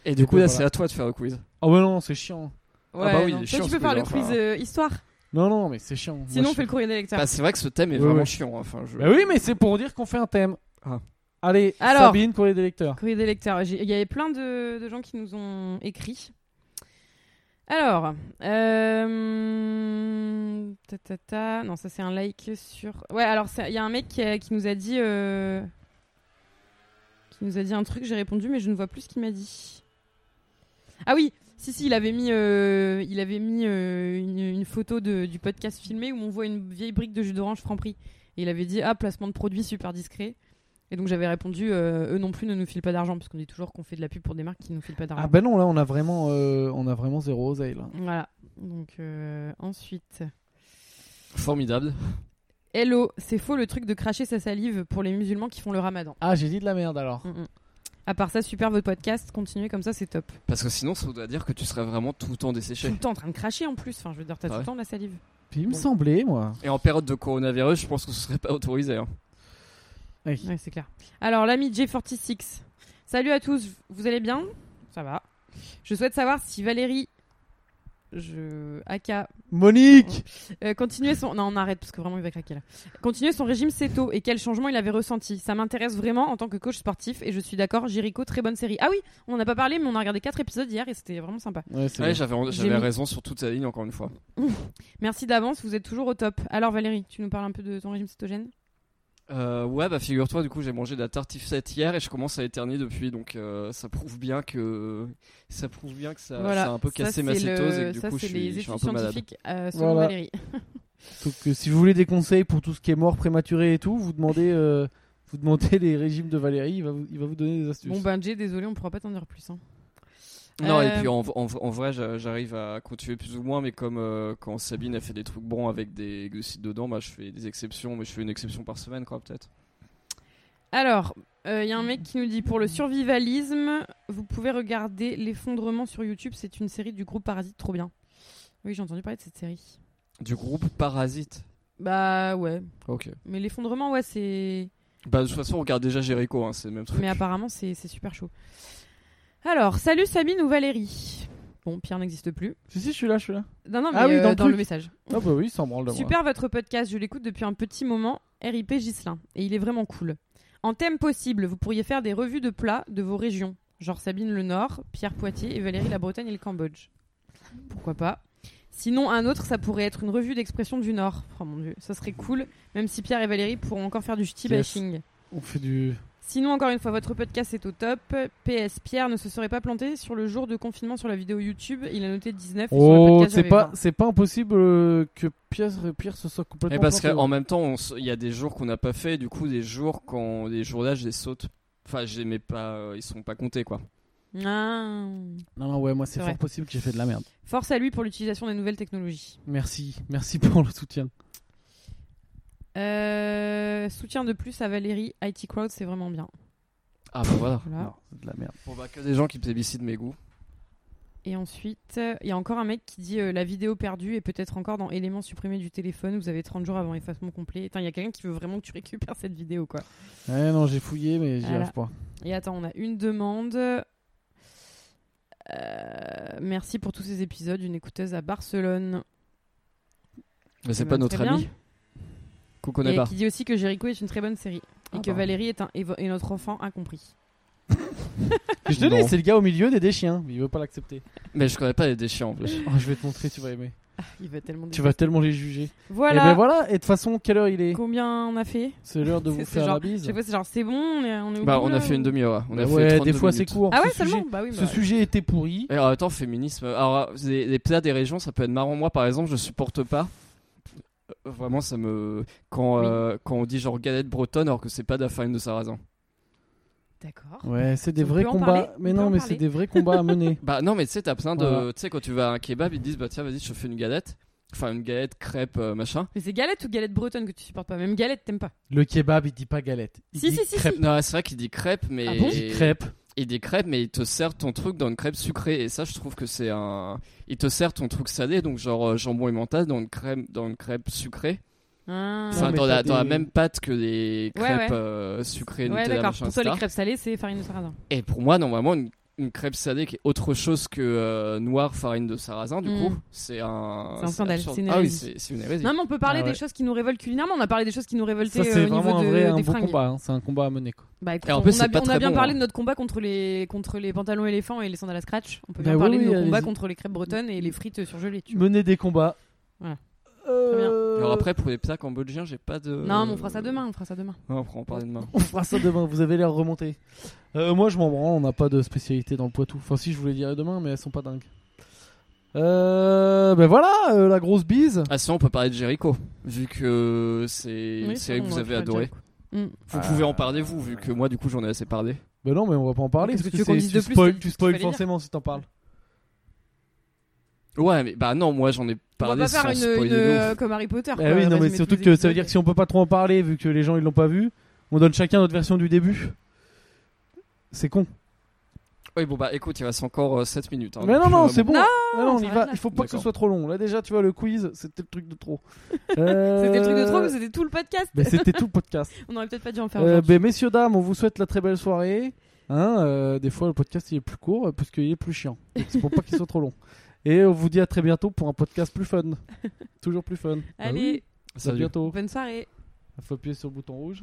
[SPEAKER 3] Et du coup,
[SPEAKER 1] Ouais,
[SPEAKER 3] là,
[SPEAKER 1] voilà.
[SPEAKER 3] c'est à toi de faire le quiz.
[SPEAKER 1] Oh bah non, c'est chiant.
[SPEAKER 2] Ouais,
[SPEAKER 3] bah
[SPEAKER 2] non.
[SPEAKER 3] oui, il est
[SPEAKER 2] Toi,
[SPEAKER 3] chiant,
[SPEAKER 2] tu
[SPEAKER 3] ce
[SPEAKER 2] peux faire le
[SPEAKER 3] truc-là,
[SPEAKER 2] quiz
[SPEAKER 3] enfin.
[SPEAKER 2] euh, histoire.
[SPEAKER 1] Non non, mais c'est chiant. Moi,
[SPEAKER 2] Sinon,
[SPEAKER 1] je-
[SPEAKER 2] on fait le courrier des lecteurs.
[SPEAKER 3] Bah, c'est vrai que ce thème est
[SPEAKER 1] Ouais,
[SPEAKER 3] vraiment
[SPEAKER 1] ouais.
[SPEAKER 3] chiant. hein, Enfin, je...
[SPEAKER 1] Bah oui, mais c'est pour dire qu'on fait un thème.
[SPEAKER 3] Ah.
[SPEAKER 1] Allez,
[SPEAKER 2] Alors.
[SPEAKER 1] Sabine, courrier des lecteurs.
[SPEAKER 2] Courrier des lecteurs. J'ai- Il y avait plein de, de gens qui nous ont écrit. Alors, euh, ta, ta, ta. non, ça c'est un like sur. Ouais, alors ça- il y a un mec qui, a- qui nous a dit, euh, qui nous a dit un truc. J'ai répondu, mais je ne vois plus ce qu'il m'a dit. Ah oui, si si, il avait mis, euh, il avait mis euh, une, une photo de- du podcast filmé où on voit une vieille brique de jus d'orange Franprix. Et il avait dit ah placement de produit super discret. Et donc j'avais répondu euh, eux non plus ne nous filent pas d'argent parce qu'on dit toujours qu'on fait de la pub pour des marques qui nous filent pas
[SPEAKER 3] bah.
[SPEAKER 2] d'argent.
[SPEAKER 1] Ah ben non, là on a vraiment, euh, on a vraiment zéro oseille là.
[SPEAKER 2] Voilà. Donc euh, ensuite,
[SPEAKER 3] Formidable.
[SPEAKER 2] hello, c'est faux le truc de cracher sa salive pour les musulmans qui font le ramadan.
[SPEAKER 1] Ah j'ai dit de la merde alors.
[SPEAKER 2] Mm, mm. À part ça, super votre podcast, continuez comme ça, c'est top.
[SPEAKER 3] Parce que sinon, ça voudrait dire que tu serais vraiment tout le temps
[SPEAKER 2] Tout
[SPEAKER 3] desséché.
[SPEAKER 2] le temps en train de cracher en plus. Enfin, je veux dire, t'as
[SPEAKER 3] Ah
[SPEAKER 2] tout
[SPEAKER 3] ouais.
[SPEAKER 2] le temps de la salive.
[SPEAKER 1] Puis il me semblait moi.
[SPEAKER 3] Et en période de coronavirus, je pense que ce serait pas autorisé. hein.
[SPEAKER 1] Oui.
[SPEAKER 2] Ouais, c'est clair. Alors, l'ami J46. Salut à tous, vous allez bien Ça va. Je souhaite savoir si Valérie. Je. Aka
[SPEAKER 1] Monique,
[SPEAKER 2] Euh, continuer son. Non, on arrête parce que vraiment il va craquer là. Continuer son régime Céto et quel changement il avait ressenti. Ça m'intéresse vraiment en tant que coach sportif et je suis d'accord. Jericho, très bonne série. Ah oui, on n'en a pas parlé, mais on a regardé 4 épisodes hier et c'était vraiment sympa.
[SPEAKER 1] ouais, c'est
[SPEAKER 3] Ouais,
[SPEAKER 1] bon.
[SPEAKER 3] j'avais,
[SPEAKER 2] J'ai
[SPEAKER 3] j'avais
[SPEAKER 2] mis-
[SPEAKER 3] raison sur toute la ligne, encore une fois.
[SPEAKER 2] Merci d'avance, vous êtes toujours au top. Alors Valérie, tu nous parles un peu de ton régime cétogène
[SPEAKER 3] Euh, ouais, bah figure-toi, du coup, j'ai mangé de la tartiflette hier et je commence à éternuer depuis, donc euh, ça prouve bien que ça prouve bien que ça,
[SPEAKER 2] Voilà.
[SPEAKER 3] ça a un peu
[SPEAKER 2] Ça,
[SPEAKER 3] cassé
[SPEAKER 2] c'est
[SPEAKER 3] ma cétose
[SPEAKER 2] le-
[SPEAKER 3] et que du
[SPEAKER 2] ça,
[SPEAKER 3] coup, je
[SPEAKER 2] c'est
[SPEAKER 3] suis,
[SPEAKER 2] les
[SPEAKER 3] je
[SPEAKER 2] études
[SPEAKER 3] suis un peu malade.
[SPEAKER 2] scientifiques euh, selon
[SPEAKER 1] Voilà.
[SPEAKER 2] Valérie.
[SPEAKER 1] Donc, euh, si vous voulez des conseils pour tout ce qui est mort prématuré et tout, vous demandez, euh, vous
[SPEAKER 2] bah.
[SPEAKER 1] demandez les régimes de Valérie, il va vous, il va vous donner des astuces.
[SPEAKER 2] Bon ben Jay, désolé, on pourra pas t'en dire plus. hein.
[SPEAKER 3] Non,
[SPEAKER 2] Euh,
[SPEAKER 3] et puis en, en, en vrai, j'a- j'arrive à continuer plus ou moins, mais comme euh, quand Sabine a fait des trucs bons avec des glucides dedans, bah, je fais des exceptions, mais je fais une exception par semaine, quoi, peut-être.
[SPEAKER 2] Alors, il y a un mec qui nous dit pour le survivalisme, vous pouvez regarder L'effondrement sur YouTube, c'est une série du groupe Parasite, trop bien. Oui, j'ai entendu parler de cette série.
[SPEAKER 3] Du groupe Parasite.
[SPEAKER 2] Bah ouais,
[SPEAKER 3] Ok.
[SPEAKER 2] mais l'effondrement, ouais, c'est.
[SPEAKER 3] Bah, de toute façon, on regarde déjà Jericho, hein, c'est le même truc.
[SPEAKER 2] Mais apparemment, c'est c'est super chaud. Alors, salut Sabine ou Valérie Bon, Pierre n'existe plus.
[SPEAKER 1] Si, si, je suis là, je suis là.
[SPEAKER 2] Non, non, mais
[SPEAKER 1] Ah oui,
[SPEAKER 2] euh,
[SPEAKER 1] dans le
[SPEAKER 2] dans le
[SPEAKER 1] truc.
[SPEAKER 2] message.
[SPEAKER 1] Ah bah oui, sans branle de moi.
[SPEAKER 2] Super votre podcast, je l'écoute depuis un petit moment, RIP Gislin, et il est vraiment cool. En thème possible, vous pourriez faire des revues de plats de vos régions, genre Sabine le Nord, Pierre Poitiers et Valérie la Bretagne et le Cambodge. Pourquoi pas Sinon, un autre, ça pourrait être une revue d'expression du Nord. Oh mon dieu, ça serait cool, même si Pierre et Valérie pourront encore faire du ch'ti
[SPEAKER 1] Yes.
[SPEAKER 2] bashing.
[SPEAKER 1] On fait du.
[SPEAKER 2] Sinon, encore une fois, votre podcast est au top. PS Pierre ne se serait pas planté sur le jour de confinement sur la vidéo YouTube. Il a noté 19 et sur le
[SPEAKER 1] Oh,
[SPEAKER 2] podcast,
[SPEAKER 1] c'est
[SPEAKER 2] j'avais hein.
[SPEAKER 1] pas,
[SPEAKER 2] 20.
[SPEAKER 1] c'est pas impossible euh, que Pierre, Pierre se soit complètement.
[SPEAKER 3] Et
[SPEAKER 2] Eh,
[SPEAKER 3] parce
[SPEAKER 1] planté, hein.
[SPEAKER 3] qu'en
[SPEAKER 1] ouais.
[SPEAKER 3] même temps, on se- il y a des jours qu'on n'a pas fait, du coup, des jours quand des jours là, je les saute. Enfin, je les mets pas, euh, ils sont pas comptés, quoi.
[SPEAKER 2] Ah.
[SPEAKER 1] Non, non, ouais, moi c'est
[SPEAKER 2] C'est
[SPEAKER 1] fort
[SPEAKER 2] vrai.
[SPEAKER 1] possible que j'ai fait de la merde.
[SPEAKER 2] Force à lui pour l'utilisation des nouvelles technologies.
[SPEAKER 1] Merci, merci pour le soutien.
[SPEAKER 2] Euh, soutien de plus à Valérie, IT Crowd, c'est vraiment bien.
[SPEAKER 3] Ah, bah voilà.
[SPEAKER 2] Voilà.
[SPEAKER 1] Non, c'est de la merde.
[SPEAKER 3] Bon, bah, que des gens qui plébiscitent mes goûts.
[SPEAKER 2] Et ensuite, euh, il y a encore un mec qui dit euh, la vidéo perdue et peut-être encore dans éléments supprimés du téléphone. Vous avez 30 jours avant effacement complet. Putain, Il y a quelqu'un qui veut vraiment que tu récupères cette vidéo, quoi.
[SPEAKER 1] Ouais, Eh non, j'ai fouillé, mais j'y
[SPEAKER 2] Voilà.
[SPEAKER 1] arrive pas.
[SPEAKER 2] Et attends, on a une demande. Euh, merci pour tous ces épisodes. Une écouteuse à Barcelone.
[SPEAKER 3] Mais c'est
[SPEAKER 2] bah,
[SPEAKER 3] pas notre
[SPEAKER 2] très bien.
[SPEAKER 3] ami. Qu'on connaît
[SPEAKER 2] Et
[SPEAKER 3] pas.
[SPEAKER 2] qui dit aussi que Jericho est une très bonne série. Et
[SPEAKER 3] Ah
[SPEAKER 2] que
[SPEAKER 3] bah.
[SPEAKER 2] Valérie est, un, est vo- est notre enfant incompris. Ah,
[SPEAKER 1] Je te dis,
[SPEAKER 3] Non.
[SPEAKER 1] c'est le gars au milieu des déchiens. Il veut pas l'accepter.
[SPEAKER 3] Mais je connais pas les déchets en plus.
[SPEAKER 1] Oh, je vais te montrer, tu vas aimer.
[SPEAKER 2] Il va tellement
[SPEAKER 1] Tu vas tellement les juger.
[SPEAKER 2] Voilà.
[SPEAKER 3] Eh
[SPEAKER 1] Et ben voilà, et de toute façon, quelle heure il est
[SPEAKER 2] Combien on a fait
[SPEAKER 1] C'est l'heure de
[SPEAKER 2] C'est-
[SPEAKER 1] vous
[SPEAKER 2] c'est
[SPEAKER 1] faire
[SPEAKER 2] genre-
[SPEAKER 1] la bise.
[SPEAKER 2] Je sais pas, c'est genre c'est bon, on est, on est au
[SPEAKER 3] Bah,
[SPEAKER 2] bout,
[SPEAKER 3] on
[SPEAKER 2] là,
[SPEAKER 3] a fait
[SPEAKER 2] ou-
[SPEAKER 3] une demi-heure. ouais. On a
[SPEAKER 1] Bah
[SPEAKER 3] fait
[SPEAKER 1] ouais,
[SPEAKER 3] 32
[SPEAKER 1] des fois c'est
[SPEAKER 3] minutes.
[SPEAKER 1] court.
[SPEAKER 2] Ah
[SPEAKER 1] Ce
[SPEAKER 2] ouais,
[SPEAKER 1] sujet-
[SPEAKER 2] seulement Bah oui,
[SPEAKER 1] Ce
[SPEAKER 2] bah ouais.
[SPEAKER 1] sujet était pourri.
[SPEAKER 3] Et alors, attends, féminisme. Alors, les, les plats des régions, ça peut être marrant. Moi, par exemple, je supporte pas. Euh, Vraiment, ça me. Quand,
[SPEAKER 2] Oui.
[SPEAKER 3] euh, quand on dit genre galette bretonne, alors que c'est pas de la farine de sarrasin.
[SPEAKER 2] D'accord.
[SPEAKER 1] Ouais, c'est des
[SPEAKER 2] On
[SPEAKER 1] vrais
[SPEAKER 2] peut en parler
[SPEAKER 1] combats. Mais
[SPEAKER 2] On peut
[SPEAKER 1] non,
[SPEAKER 2] en
[SPEAKER 1] mais c'est
[SPEAKER 2] parler
[SPEAKER 1] des vrais combats à mener.
[SPEAKER 3] Bah, non, mais tu sais, t'as plein de.
[SPEAKER 1] Voilà.
[SPEAKER 3] Tu sais, quand tu vas à un kebab, ils te disent, bah, tiens, vas-y, je te fais une galette. Enfin, une galette, crêpe, euh, machin.
[SPEAKER 2] Mais c'est galette ou galette bretonne que tu supportes pas Même galette, t'aimes pas.
[SPEAKER 1] Le kebab, il dit pas galette. Il
[SPEAKER 2] Si,
[SPEAKER 1] dit
[SPEAKER 2] si, si,
[SPEAKER 1] crêpe.
[SPEAKER 2] si.
[SPEAKER 3] Non, c'est vrai qu'il dit crêpe, mais.
[SPEAKER 2] Ah bon
[SPEAKER 1] Il dit crêpe.
[SPEAKER 3] Il dit crêpe, mais il te sert ton truc dans une crêpe sucrée. Et ça, je trouve que c'est un. Il te sert ton truc salé, donc genre euh, jambon et mental dans une crêpe, dans une crêpe sucrée.
[SPEAKER 2] Ah.
[SPEAKER 3] Enfin,
[SPEAKER 1] mais
[SPEAKER 3] dans, la,
[SPEAKER 1] t'as
[SPEAKER 3] dans la
[SPEAKER 1] des-
[SPEAKER 3] même pâte que les
[SPEAKER 2] Ouais,
[SPEAKER 3] crêpes
[SPEAKER 2] ouais.
[SPEAKER 3] euh, sucrées,
[SPEAKER 2] ouais,
[SPEAKER 3] Nutella,
[SPEAKER 2] d'accord.
[SPEAKER 3] machin,
[SPEAKER 2] Pour toi, les
[SPEAKER 3] etc.
[SPEAKER 2] crêpes salées, c'est farine de sarrasin.
[SPEAKER 3] Et pour moi, normalement, une, une crêpe salée qui est autre chose que euh, noire farine de sarrasin, du
[SPEAKER 2] Mm.
[SPEAKER 3] coup, c'est un.
[SPEAKER 2] C'est un scandale,
[SPEAKER 3] absurde.
[SPEAKER 2] c'est une
[SPEAKER 3] Ah oui,
[SPEAKER 2] hérésie.
[SPEAKER 3] c'est c'est une hérésie.
[SPEAKER 2] Non, mais on peut parler
[SPEAKER 1] Ah ouais.
[SPEAKER 2] des choses qui nous révoltent culinairement. On a parlé des choses qui nous
[SPEAKER 1] Ça,
[SPEAKER 2] révoltaient
[SPEAKER 1] c'est
[SPEAKER 2] euh, au niveau
[SPEAKER 1] vraiment un
[SPEAKER 2] de,
[SPEAKER 1] vrai un
[SPEAKER 2] des
[SPEAKER 1] beau
[SPEAKER 2] fringues.
[SPEAKER 1] combat. hein. C'est un combat à mener. Quoi.
[SPEAKER 2] Bah écoute,
[SPEAKER 3] Et en
[SPEAKER 2] on,
[SPEAKER 3] plus, c'est
[SPEAKER 2] a,
[SPEAKER 3] pas
[SPEAKER 2] on a
[SPEAKER 3] très
[SPEAKER 2] bien
[SPEAKER 3] bon,
[SPEAKER 2] parlé
[SPEAKER 3] hein.
[SPEAKER 2] de notre combat contre les, contre les pantalons éléphants et les sandales à scratch. On peut
[SPEAKER 1] Bah
[SPEAKER 2] bien
[SPEAKER 1] oui,
[SPEAKER 2] parler
[SPEAKER 1] oui,
[SPEAKER 2] de nos combats
[SPEAKER 1] allez-y.
[SPEAKER 2] contre les crêpes bretonnes et les frites surgelées. Tu vois.
[SPEAKER 1] Mener des combats.
[SPEAKER 2] Voilà.
[SPEAKER 1] Euh,
[SPEAKER 3] Alors après, pour les plats cambodgiens, j'ai pas de.
[SPEAKER 2] Euh, Non, mais on fera ça demain. On fera ça demain.
[SPEAKER 3] Ouais, on pourra en parler demain.
[SPEAKER 1] [laughs] On fera ça demain, vous avez l'air remonté. Euh, moi, je m'en branle, on n'a pas de spécialité dans le Poitou. Enfin, si, je vous les dirai demain, mais elles sont pas dingues. Euh, ben voilà, euh, la grosse bise.
[SPEAKER 3] Ah, sinon, on peut parler de Jéricho, vu que c'est une
[SPEAKER 2] Oui,
[SPEAKER 3] série
[SPEAKER 2] bon,
[SPEAKER 3] que
[SPEAKER 2] on
[SPEAKER 3] vous
[SPEAKER 2] va
[SPEAKER 3] avez
[SPEAKER 2] faire le
[SPEAKER 3] adorée.
[SPEAKER 2] job. Mm.
[SPEAKER 3] Vous pouvez en parler, vous, vu que moi, du coup, j'en ai assez parlé.
[SPEAKER 1] Ben non, mais on va pas en parler.
[SPEAKER 2] Qu'est-ce
[SPEAKER 1] parce
[SPEAKER 2] que
[SPEAKER 1] que
[SPEAKER 2] tu veux qu'on
[SPEAKER 1] c'est-
[SPEAKER 2] dise
[SPEAKER 1] tu
[SPEAKER 2] de plus
[SPEAKER 1] spoil,
[SPEAKER 2] que ce
[SPEAKER 1] tu
[SPEAKER 2] qu'il
[SPEAKER 1] spoil
[SPEAKER 2] fallait dire
[SPEAKER 1] forcément si t'en parles.
[SPEAKER 3] Ouais, mais bah non, moi, j'en ai
[SPEAKER 2] On va
[SPEAKER 3] parlé
[SPEAKER 2] pas
[SPEAKER 3] sans
[SPEAKER 2] faire une,
[SPEAKER 3] spoiler
[SPEAKER 2] une,
[SPEAKER 3] de ouf.
[SPEAKER 2] euh, comme Harry Potter.
[SPEAKER 1] Eh
[SPEAKER 2] quoi,
[SPEAKER 1] oui, non,
[SPEAKER 2] résumer
[SPEAKER 1] mais
[SPEAKER 2] tous
[SPEAKER 1] surtout
[SPEAKER 2] les
[SPEAKER 1] que ça veut
[SPEAKER 2] épisodes.
[SPEAKER 1] dire que si on peut pas trop en parler, vu que les gens ils l'ont pas vu, on donne chacun notre version du début. C'est con.
[SPEAKER 3] Oui, bon, bah écoute, il reste encore 7 minutes. hein,
[SPEAKER 1] Mais
[SPEAKER 3] donc,
[SPEAKER 1] non, non,
[SPEAKER 3] euh,
[SPEAKER 1] c'est
[SPEAKER 3] bon.
[SPEAKER 1] bon.
[SPEAKER 2] Non,
[SPEAKER 1] Ah non, on y
[SPEAKER 2] s'arrête
[SPEAKER 1] va.
[SPEAKER 2] là.
[SPEAKER 1] Il faut pas que ce
[SPEAKER 3] D'accord.
[SPEAKER 1] soit trop long. Là, déjà, tu vois, le quiz, c'était le truc de [laughs] trop. Euh,
[SPEAKER 2] C'était le truc de trop, mais c'était tout le podcast.
[SPEAKER 1] mais c'était tout le podcast.
[SPEAKER 2] On aurait peut-être pas dû en faire.
[SPEAKER 1] Euh,
[SPEAKER 2] aujourd'hui.
[SPEAKER 1] ben, messieurs, dames, on vous souhaite la très belle soirée. Hein, euh, des fois, le podcast il est plus court euh, parce qu'il est plus chiant. Donc, C'est pour pas qu'il soit trop long. Et on vous dit à très bientôt pour un podcast plus fun. Toujours plus fun. Ah oui,
[SPEAKER 2] Allez,
[SPEAKER 1] à
[SPEAKER 3] Salut.
[SPEAKER 1] bientôt.
[SPEAKER 2] bonne soirée.
[SPEAKER 1] Faut appuyer sur le bouton rouge.